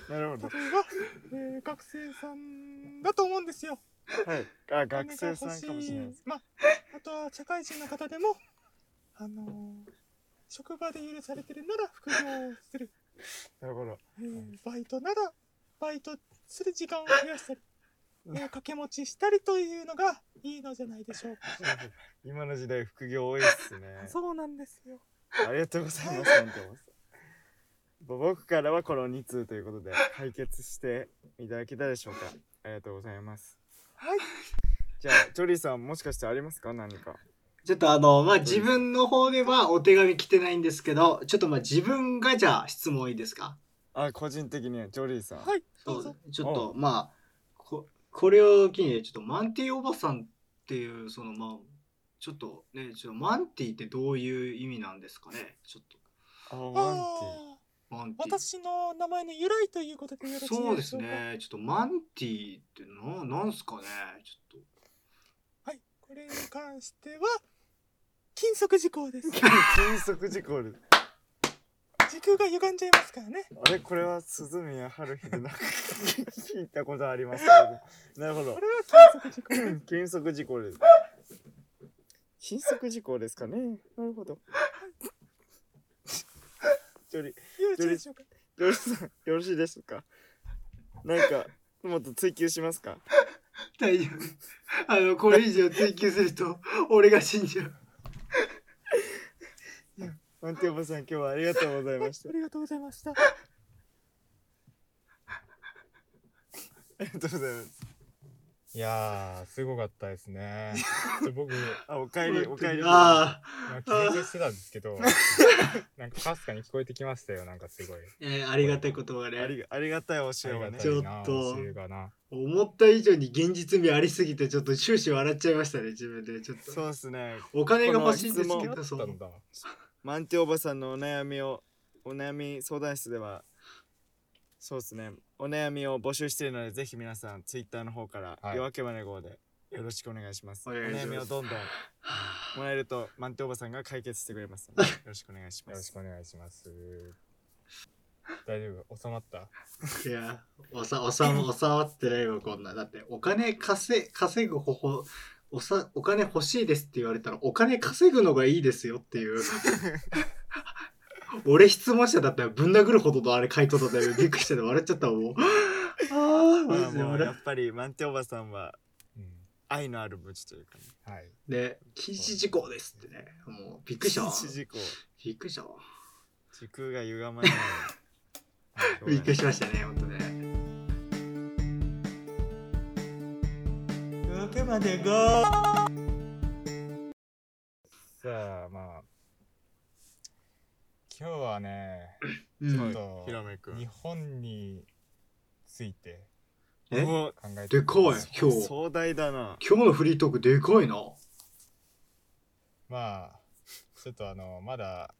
Speaker 2: なるほ
Speaker 1: 例えば、えー学生さんだと思うんですよ。
Speaker 2: ど。はい。あ、
Speaker 1: お金
Speaker 2: 学
Speaker 1: が
Speaker 2: 生
Speaker 1: 欲し
Speaker 2: さんかもしれないです。
Speaker 1: まあ、あとは社会人の方でも、あのー職場で許されてるなら副業をする、
Speaker 2: なるほど。
Speaker 1: えーバイトならバイトする時間を増やしたり、えー掛け持ちしたりというのがいいのじゃないでしょうか。
Speaker 2: 今の時代副業多いですね。
Speaker 1: そうなんですよ。
Speaker 2: ありがとうございます。本当に僕からはこの2通ということで解決していただけたでしょうかありがとうございます
Speaker 1: はい。
Speaker 2: じゃあジョリーさんもしかしてありますか何か
Speaker 3: ちょっとあの、まあ、自分の方ではお手紙来てないんですけど、ちょっとまあ、自分がじゃあ質問いいですか
Speaker 2: あ個人的にはジョリーさん
Speaker 1: はい。ど
Speaker 3: そうう
Speaker 1: ぞ。
Speaker 3: ちょっとまあ、ここれを機に、ちょっとマンティおばさんっていう、そのまあ、ちょっとね、ちょっとマンティってどういう意味なんですかねちょっ
Speaker 2: あワンティ
Speaker 1: あー
Speaker 3: と。マンティ。
Speaker 1: 私の名前の由来ということでよろしいでしょうか
Speaker 3: そうですね。ちょっとマンティってな、なんすかねちょっ
Speaker 1: はいこれに関しては禁則事項です
Speaker 2: 金属事故で
Speaker 1: 時空が歪んじゃいますからね
Speaker 2: あれこれは鈴宮春日でなんか 聞いたことありますけどなるほ
Speaker 1: こ
Speaker 2: ど
Speaker 1: れは禁則事項です
Speaker 2: 金属事故です金属事故ですかねなるほどジョリ
Speaker 1: よろしいでしょう か
Speaker 2: ジョリさんよろしいですかなんかもっと追求しますか
Speaker 3: と。大丈夫。あの、これ以上追求すると、 俺が死んじゃう。
Speaker 2: マンティおばさん今日はありがとうございました
Speaker 1: ありがとうございました
Speaker 2: ありがとうございます
Speaker 1: いやー、すごかったです ね。ちょ僕、
Speaker 2: あ、おかえり、おかえり。
Speaker 3: ああ、
Speaker 1: なんか緊張してたんですけ ど、なんかかすかに聞こえてきましたよ、なんかすごい。
Speaker 3: えーありがたいことが
Speaker 2: あり
Speaker 3: ね。
Speaker 2: がありがたいお教え
Speaker 1: あ
Speaker 2: が
Speaker 1: り
Speaker 2: ね
Speaker 1: がたい
Speaker 3: ちょ
Speaker 1: な
Speaker 3: っと
Speaker 1: 教えがな。
Speaker 3: 思った以上に現実味ありすぎて、ちょっと終始笑っちゃいましたね、自分で。ちょっと。
Speaker 2: そうですね
Speaker 3: お金が欲しいんです
Speaker 2: こ
Speaker 3: け
Speaker 2: の
Speaker 1: あ
Speaker 3: ど、
Speaker 1: っ
Speaker 3: そ
Speaker 1: た
Speaker 3: うん
Speaker 1: だ。
Speaker 2: マンティおばさんのお悩みをお悩み相談室ではそうですねお悩みを募集しているのでぜひ皆さんツイッターの方から「
Speaker 1: はい
Speaker 2: 夜明けまで号」でよろしくお願いします
Speaker 3: お願いします
Speaker 2: お悩みをどんどん
Speaker 3: はあ
Speaker 2: もらえるとマンティおばさんが解決してくれますのでよろしくお願いし
Speaker 1: よ
Speaker 2: ま
Speaker 1: ろし
Speaker 2: す
Speaker 1: くお願いします。大丈夫収まった
Speaker 3: いや、おさ、おさ、おさわってないわ、こんな。だって、お金稼い、稼ぐ方法、おさ、お金欲しいですって言われたら、お金稼ぐのがいいですよっ ていう。俺質問者だったらぶん殴るほどのあれ回答だったよ。びっくりしてて笑っちゃったわ もう。あ
Speaker 2: ま
Speaker 3: あ、マ
Speaker 2: あもう
Speaker 3: ジで
Speaker 2: や
Speaker 3: 笑
Speaker 2: っぱりマンティおばさんは
Speaker 1: うん。
Speaker 2: 愛のある無知というかね
Speaker 1: はい。
Speaker 3: で、禁止事項ですってね。もう、びっくりしたわ。
Speaker 2: 禁止事項
Speaker 3: びっくりしたわ。
Speaker 2: 時空が歪 まない
Speaker 3: びっくりしましたね、ほんとね。
Speaker 2: 夜明けまで号
Speaker 1: さあ、まあ。今日はね、
Speaker 3: う
Speaker 1: ちょっ
Speaker 3: ん。
Speaker 1: と
Speaker 2: ひらめくん
Speaker 1: 日本について
Speaker 3: え
Speaker 2: うわ
Speaker 1: 考えて
Speaker 3: でかい
Speaker 1: みましょう
Speaker 3: 今日
Speaker 2: 壮大だな
Speaker 3: 今日のフリートークでかいな。
Speaker 1: まあ、ちょっとあの、まだ、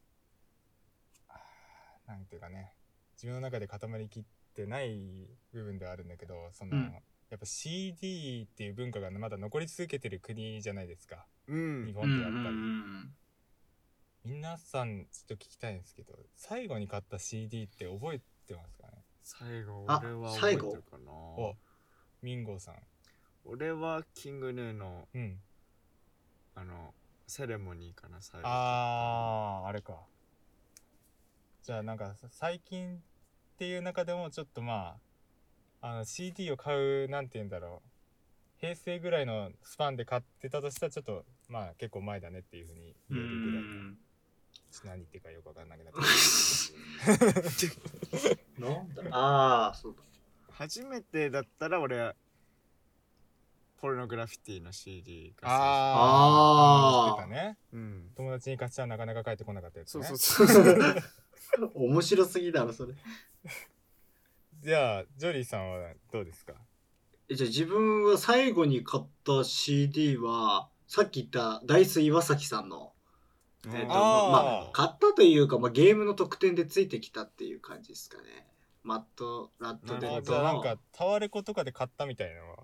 Speaker 1: なんていうかね、自分の中で固まりきってない部分ではあるんだけど、その、
Speaker 3: うん
Speaker 1: やっぱ CD っていう文化がまだ残り続けてる国じゃないですか、
Speaker 2: う
Speaker 1: 日
Speaker 2: ん
Speaker 1: 本
Speaker 3: う
Speaker 1: って
Speaker 3: んう
Speaker 1: やっぱり。
Speaker 3: ん
Speaker 1: 皆さん、ちょっと聞きたいんですけど、最後に買った CD って覚えてますかね
Speaker 2: 最後
Speaker 3: あ
Speaker 2: 俺は覚えてるかな
Speaker 1: お、ミンゴーさん。
Speaker 2: 俺はキングヌーの
Speaker 1: うん。
Speaker 2: あのセレモニーかな最後
Speaker 1: あー、あれか。じゃあなんかさ最近っていう中でもちょっとまあ、あの CD を買う、なんて言うんだろう。平成ぐらいのスパンで買ってたとしたらちょっと、まあ結構前だねっていうふうに
Speaker 3: う
Speaker 1: 言えるぐらい。
Speaker 3: ん。
Speaker 1: ちょっと何言ってるかよくわかんなくなっ
Speaker 3: なんだああ、そうだ。
Speaker 2: 初めてだったら俺はポルノグラフィティの CD が
Speaker 1: あ
Speaker 3: あー
Speaker 1: ー。あー。ね。
Speaker 2: 最初うん
Speaker 1: 友達に貸したらなかなか帰ってこなかったやつ
Speaker 2: そ
Speaker 1: ね。
Speaker 2: うそう
Speaker 1: う
Speaker 2: そうそう
Speaker 3: 面白すぎだろ、それ。
Speaker 1: じゃあ、ジョリーさんはどうですか
Speaker 3: えじゃあ自分は最後に買った CD は、さっき言ったダイス岩崎さんの、えーとま
Speaker 1: あー
Speaker 3: まあ、買ったというか、まあ、ゲームの特典でついてきたっていう感じですかね。マット・ラット・
Speaker 1: あ
Speaker 3: デッ
Speaker 1: ーじ
Speaker 3: ド
Speaker 1: ゃあなん
Speaker 3: の
Speaker 1: か、タワレコとかで買ったみたいなのは。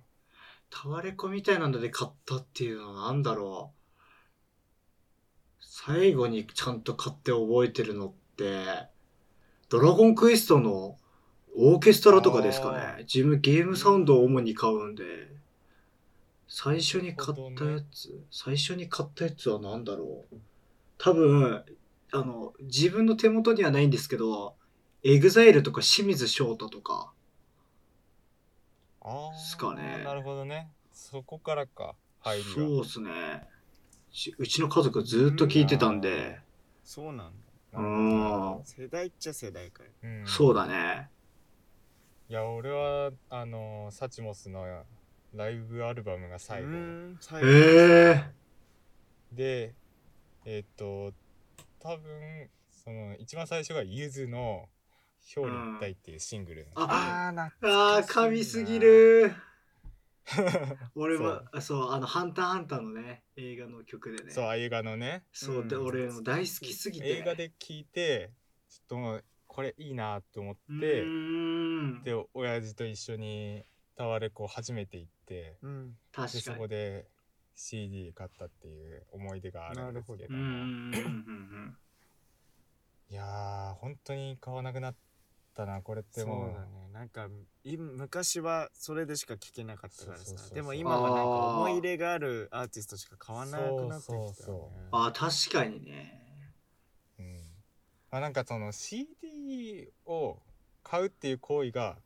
Speaker 3: タワレコみたいなので買ったっていうのはなんだろう。最後にちゃんと買って覚えてるのって、ドラゴンクエストのオーケストラとかですか
Speaker 1: あー
Speaker 3: ね。自分ゲームサウンドを主に買うんで、最初に買
Speaker 1: なる
Speaker 3: っ
Speaker 1: ほ
Speaker 3: た
Speaker 1: ど
Speaker 3: や
Speaker 1: ね
Speaker 3: つ、最初に買ったやつは何だろう。多分、あの、自分の手元にはないんですけど、エグザイルとか清水翔太とか、
Speaker 1: あー
Speaker 3: すかね
Speaker 1: なるほどね。そこからか、入りが。
Speaker 3: そうですね。しうちの家族ずっと聞いてたんで、
Speaker 2: そうなんだ
Speaker 3: うん、
Speaker 2: 世代っちゃ世代かよ
Speaker 1: うん
Speaker 3: そうだね。
Speaker 1: いや、俺は、あのサチモスのライブアルバムが最後
Speaker 2: う。ん最
Speaker 3: へ
Speaker 2: 後
Speaker 3: え
Speaker 1: で、えーっと、多分、その、一番最初がゆずの表裏一体っていうシングル。
Speaker 2: あ
Speaker 3: あ
Speaker 2: ーな
Speaker 3: あ
Speaker 2: 懐
Speaker 3: あ、噛
Speaker 2: か
Speaker 3: み
Speaker 2: しい
Speaker 3: す
Speaker 2: な
Speaker 3: ぎる。俺
Speaker 1: そ
Speaker 3: も
Speaker 1: う、
Speaker 3: あそう、あの、ハンターハンターのね、映画の曲でね。
Speaker 1: そう、映画のね、
Speaker 3: そう。
Speaker 2: うん
Speaker 3: で、俺も大好きすぎて。
Speaker 1: 映画で聞いて、ちょっともう、これいいなと思っ
Speaker 3: う
Speaker 1: て、
Speaker 3: ーん。
Speaker 1: で、親父と一緒にタワレコ初めて行って、
Speaker 2: うん
Speaker 1: で
Speaker 3: 確
Speaker 1: そ
Speaker 3: か
Speaker 1: こ
Speaker 3: に。
Speaker 1: で CD 買ったっていう思い出があるんですけ
Speaker 2: なる
Speaker 1: ど
Speaker 2: ほ
Speaker 3: うんうんうんうん
Speaker 1: いやー本当に買わなくなったなこれって
Speaker 2: そう
Speaker 1: もう
Speaker 2: だねなんかい昔はそれでしか聴けなかったから
Speaker 1: そうそうそうそ
Speaker 2: さ
Speaker 1: う
Speaker 2: でも今はなんか
Speaker 3: あー
Speaker 2: 思い入れがあるアーティストしか買わなくなってきた
Speaker 1: そうそ
Speaker 2: よ
Speaker 1: うそ
Speaker 2: ね
Speaker 3: ああ、確かにね。
Speaker 1: うんまあ、なんかその CD を買うっていう行為が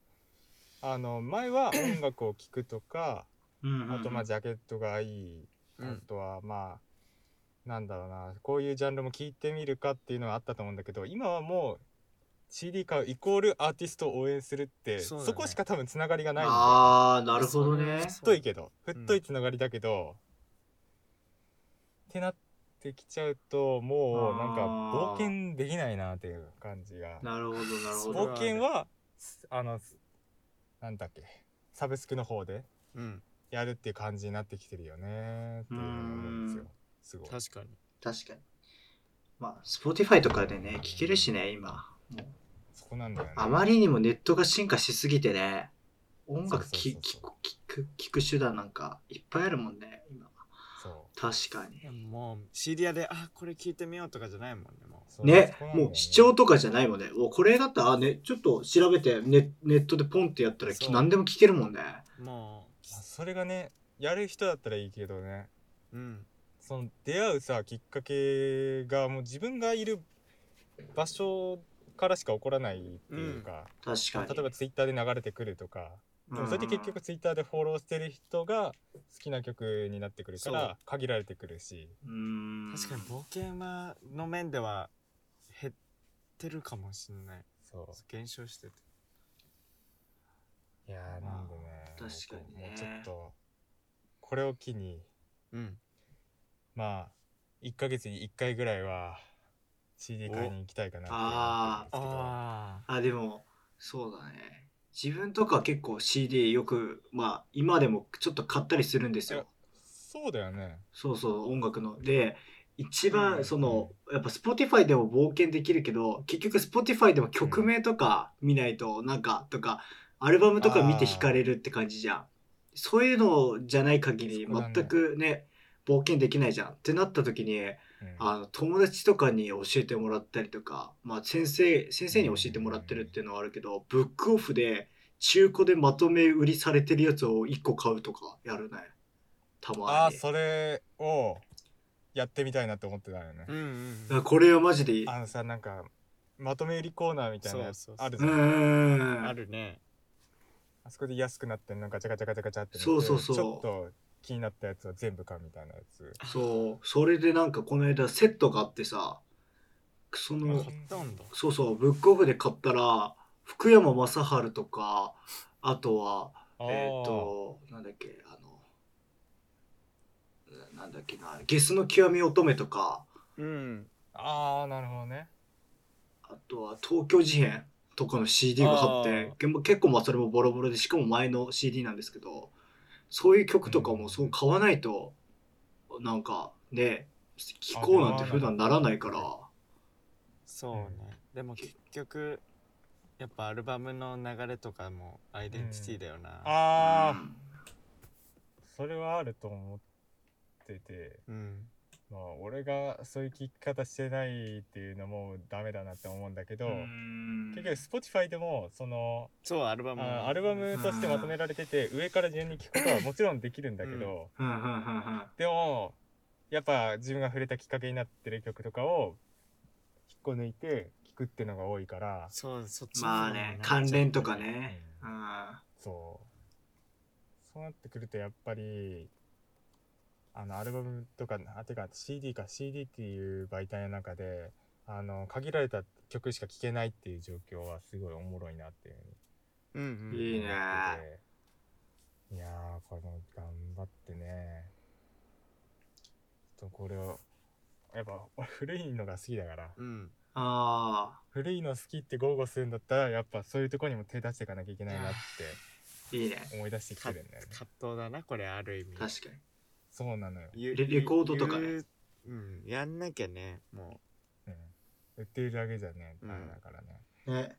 Speaker 1: あの前は音楽を聴くとか
Speaker 3: うんうんうん
Speaker 1: あとまあジャケットがいい、
Speaker 2: うん
Speaker 1: あとはまあなんだろうなこういうジャンルも聴いてみるかっていうのはあったと思うんだけど今はもう CD 買うイコールアーティストを応援するって
Speaker 2: そ
Speaker 1: そ,、
Speaker 2: うだね
Speaker 1: こしか多分つながりがないんで
Speaker 3: ああなるほど
Speaker 2: それ
Speaker 3: ね
Speaker 2: は。
Speaker 1: 太いけど
Speaker 2: ん
Speaker 1: 太いつながりだけど、ってなってきちゃうともうなんか
Speaker 3: あー
Speaker 1: 冒険できないなっていう感じが
Speaker 3: なるほどなるほ
Speaker 2: そ
Speaker 3: ど
Speaker 1: 冒
Speaker 2: う。
Speaker 1: 険はすあのすなんだっけサブスクの方で
Speaker 2: うん
Speaker 1: やるっていう感じになってきてるよねっていうのを思うんですよ
Speaker 3: う
Speaker 1: すごい
Speaker 2: 確かに
Speaker 3: 確かに。まあ Spotify とかでね聞けるしね今。もう
Speaker 1: そこなんだよね
Speaker 3: あまりにもネットが進化しすぎてね音楽
Speaker 1: そうそう
Speaker 3: き
Speaker 1: そう
Speaker 3: 聞
Speaker 1: そ
Speaker 3: く聞く聞く手段なんかいっぱいあるもんね今。
Speaker 1: そ
Speaker 3: 確かに
Speaker 2: で。ももう CD 屋であこれ聞いてみようとかじゃないもんねも
Speaker 1: うそう
Speaker 3: ね
Speaker 1: そこなんだよ、ね
Speaker 3: もう視聴とかじゃないもんね。おこれだったら、あね、ちょっと調べてネ、ネットでポンってやったら
Speaker 2: そう
Speaker 3: 何でも聞けるもんね。
Speaker 2: うも
Speaker 1: まあそれがねやる人だったらいいけどね
Speaker 2: ううん
Speaker 1: その出会うさきっかけがもう自分がいる場所からしか起こらないっていうか、
Speaker 3: 確かに。
Speaker 1: 例えばツイッターで流れてくるとか、でもそれって結局ツイッターでフォローしてる人が好きな曲になってくるか
Speaker 2: そ
Speaker 1: ら限られてくるし
Speaker 3: うん、
Speaker 2: 確かに冒険はの面では減ってるかもしれない
Speaker 1: そ
Speaker 2: 減少してて
Speaker 1: ういやー
Speaker 2: まあ
Speaker 1: なんでね
Speaker 3: 確かにね
Speaker 1: もうちょっとこれを機に
Speaker 2: うん
Speaker 1: まあ1ヶ月に1回ぐらいは CD 買いに行きたいかなって思
Speaker 2: ああ
Speaker 3: あ、でも、そうだね。自分とか結構 CD よく、まあ、今でもちょっと買ったりするんです
Speaker 1: いや
Speaker 3: よ。
Speaker 1: そうだよね
Speaker 3: そうそう、音楽の。で、一
Speaker 1: うん
Speaker 3: 番、その、やっぱ Spotify でも冒険できるけど、結局 Spotify でも曲名とか見ないと、なんか、とか、アルバムとか見て惹かれるって感じじゃん。そういうのじゃない限り、
Speaker 1: そこだね
Speaker 3: 全くね、冒険できないじゃんってなった時に、
Speaker 1: うん
Speaker 3: あの、友達とかに教えてもらったりとか、まあ、先生、先生に教えてもらってるっていうのはあるけど、ブックオフで、中古でまとめ売りされてるやつを1個買うとかやるね。たまに。
Speaker 1: ああそれをやってみたいなって思ってたよね、
Speaker 2: うんうん
Speaker 3: だからこれはマジでいい。
Speaker 1: あのさなんかまとめ売りコーナーみたいなやつ
Speaker 2: そうそうそう
Speaker 1: あるじ
Speaker 3: う
Speaker 1: ゃん
Speaker 3: ん。
Speaker 2: あるね
Speaker 1: あそこで安くなってんのガチャガチャガチャガチャってなって
Speaker 3: そうそうそう
Speaker 1: ちょっと気になったやつは全部買うみたいなやつ
Speaker 3: そう。それでなんかこの間セットがあってさ、そ
Speaker 2: 買
Speaker 3: の
Speaker 1: あ、
Speaker 2: ったんだ
Speaker 3: そうそう、ブックオフで買ったら、福山雅治とか、あとは、
Speaker 1: あー
Speaker 3: えっ、と、なんだっけ、あの、ななんだっけな、ゲスの極み乙女とか、
Speaker 2: うん
Speaker 1: あーなるほどね
Speaker 3: あとは東京事変とかの CD が貼って
Speaker 2: あ
Speaker 3: けん結構まあそれもボロボロでしかも前の CD なんですけどそういう曲とかもそう買わないとなんかね聴こうなんて普段ならないから
Speaker 2: そうね、でも結局やっぱアルバムの流れとかもアイデンティティだよな
Speaker 1: あー、
Speaker 3: うん
Speaker 1: それはあると思ってて
Speaker 2: うん
Speaker 1: まあ俺がそういう聞き方してないっていうのもダメだなって思うんだけど、
Speaker 3: うん
Speaker 1: 結局 Spotify でもその
Speaker 2: そうアルバム
Speaker 1: あーアルバムとしてまとめられてて上から順に聞くことはもちろんできるんだけど、
Speaker 2: う
Speaker 3: うんうんうんうん
Speaker 1: でもやっぱ自分が触れたきっかけになってる曲とかを引っこ抜いて聞くってのが多いから、
Speaker 2: そうそっちの
Speaker 3: まあ
Speaker 2: 方に
Speaker 3: ね
Speaker 2: なっちゃう
Speaker 3: 関連とか
Speaker 1: うん
Speaker 3: ねうん
Speaker 1: そうそうなってくるとやっぱりあのアルバムとかあてか CD か CD っていう媒体の中であの限られた曲しか聴けないっていう状況はすごいおもろいなっていう
Speaker 2: うん
Speaker 1: ふう
Speaker 2: う
Speaker 1: に
Speaker 2: ん
Speaker 3: いいね
Speaker 1: 思ってていやーこれも頑張ってねちょっとこれをやっぱ俺古いのが好きだから
Speaker 2: うん
Speaker 3: あ
Speaker 1: 古いの好きって豪語するんだったらやっぱそういうとこにも手出していかなきゃいけないなって
Speaker 3: あいいね
Speaker 1: 思い出してきて
Speaker 2: か
Speaker 1: る
Speaker 2: 葛
Speaker 1: んだよね
Speaker 2: 藤だなこれある意味
Speaker 3: 確かに
Speaker 1: そうなのよ、
Speaker 2: ゆ
Speaker 3: レレコードとかね
Speaker 2: ゆうんやんなきゃねも
Speaker 1: うん、売ってるだけじゃね
Speaker 2: うん
Speaker 1: あれだからね、
Speaker 3: ね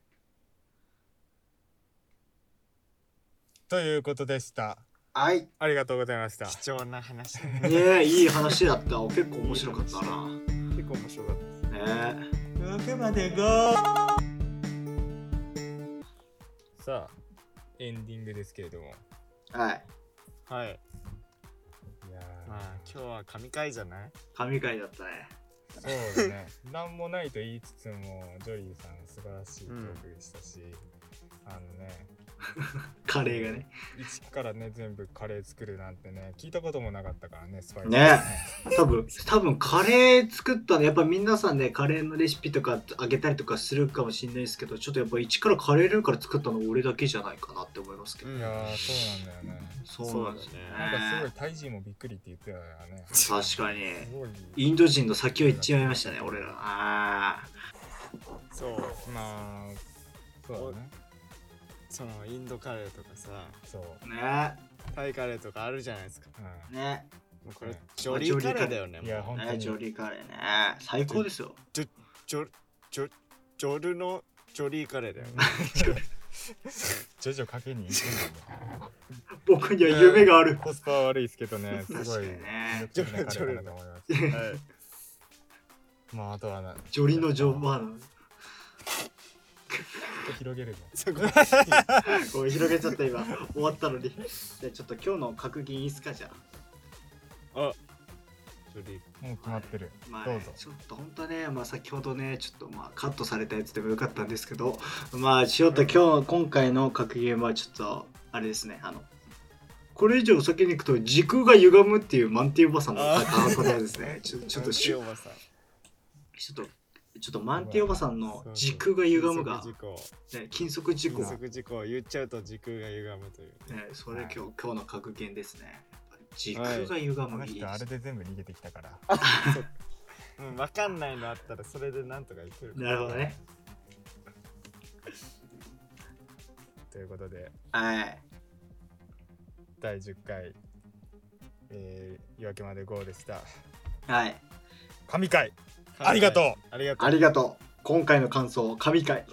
Speaker 1: ということでした
Speaker 3: はいね
Speaker 1: ありがとうございました
Speaker 2: う貴重 な話
Speaker 3: えいい話だった結構面白かったな
Speaker 2: 結構面白かった
Speaker 3: ねえ
Speaker 1: 6まで5さあエンディングですけれども
Speaker 3: はい
Speaker 2: はい
Speaker 1: いやー
Speaker 2: まあ今日は神回じゃない
Speaker 3: 神回だったね
Speaker 1: そうだね なんもないと言いつつもジョリーさん素晴らしいトークでしたし、あのね
Speaker 3: カレーがね。
Speaker 1: 一からね全部カレー作るなんてね聞いたこともなかったからねスパイス
Speaker 3: ね多分、多分カレー作ったの、やっぱ皆さんね、カレーのレシピとかあげたりとかするかもしれないですけど、ちょっとやっぱ一からカレールーから作ったの俺だけじゃないかなって思いますけど。
Speaker 1: いやーそうなんだよね
Speaker 3: そうなんですね。
Speaker 1: なんかすごいタイ人もびっくりって言ってたよね
Speaker 3: 確か
Speaker 1: す
Speaker 3: に。
Speaker 1: ごい
Speaker 3: インド人の先を行っちまいましたね、俺ら。ああ。
Speaker 2: そう
Speaker 1: まあそうだね
Speaker 2: そのインドカレーとかさ
Speaker 1: そう、
Speaker 3: ね
Speaker 2: タイカレーとかあるじゃないですか
Speaker 1: う
Speaker 3: ね
Speaker 2: もうこれ
Speaker 1: ね
Speaker 2: ジョリーカレーだよね
Speaker 1: ん、いや
Speaker 2: もう
Speaker 1: 本当
Speaker 3: ね
Speaker 1: に
Speaker 3: ジョリーカレーね。最高ですよ。
Speaker 2: ジョジョジョルのジョリーカレーだよね
Speaker 1: 徐々かけに行くんだね
Speaker 3: 僕には夢があ る。
Speaker 1: コスパは悪いですけどねすごい
Speaker 3: 確かにね。
Speaker 1: 魅力的なカレーだと思います
Speaker 2: はい
Speaker 1: まああとはなちょ
Speaker 3: ジョリのジョバーナ。
Speaker 1: っと広げるね
Speaker 2: そこ
Speaker 3: ごめん広げちゃった今終わったのにじゃあちょっと今日の格言いいっすかじゃあ
Speaker 2: あジョリー
Speaker 1: もう決まってる、
Speaker 3: まあ
Speaker 1: ど
Speaker 3: ね、
Speaker 1: うぞ
Speaker 3: ちょっと本当ねまあ先ほどねちょっとまあカットされたやつでもよかったんですけどまあ塩田今日今回の格言はちょっとあれですねあのこれ以上お酒に行くと時空が歪むっていうマンティおばさんの答えですねちょちょっと
Speaker 2: し
Speaker 3: し ち
Speaker 2: お
Speaker 3: ょ
Speaker 2: ばさん
Speaker 3: っとちょっとマンティおばさんの時空が歪むが
Speaker 2: 時刻
Speaker 3: ね禁足事
Speaker 2: 事故
Speaker 3: 故
Speaker 2: 時速事故言っちゃうと時空が歪むという
Speaker 3: ねそれ今日今日の格言ですね時空
Speaker 2: はい
Speaker 3: が歪
Speaker 1: あ
Speaker 3: む
Speaker 1: の
Speaker 3: いいです
Speaker 1: 人
Speaker 3: ね
Speaker 1: あれで全部逃げてきたから
Speaker 2: うん分かんないのあったらそれでなんとか言ってる
Speaker 3: なるほどね
Speaker 1: ということで
Speaker 3: はい
Speaker 1: 第10回、えー、夜明けまで GO でした
Speaker 3: はい。
Speaker 1: 神回ありがとう
Speaker 2: ありがとう
Speaker 3: ありがとう。今回の感想、神回。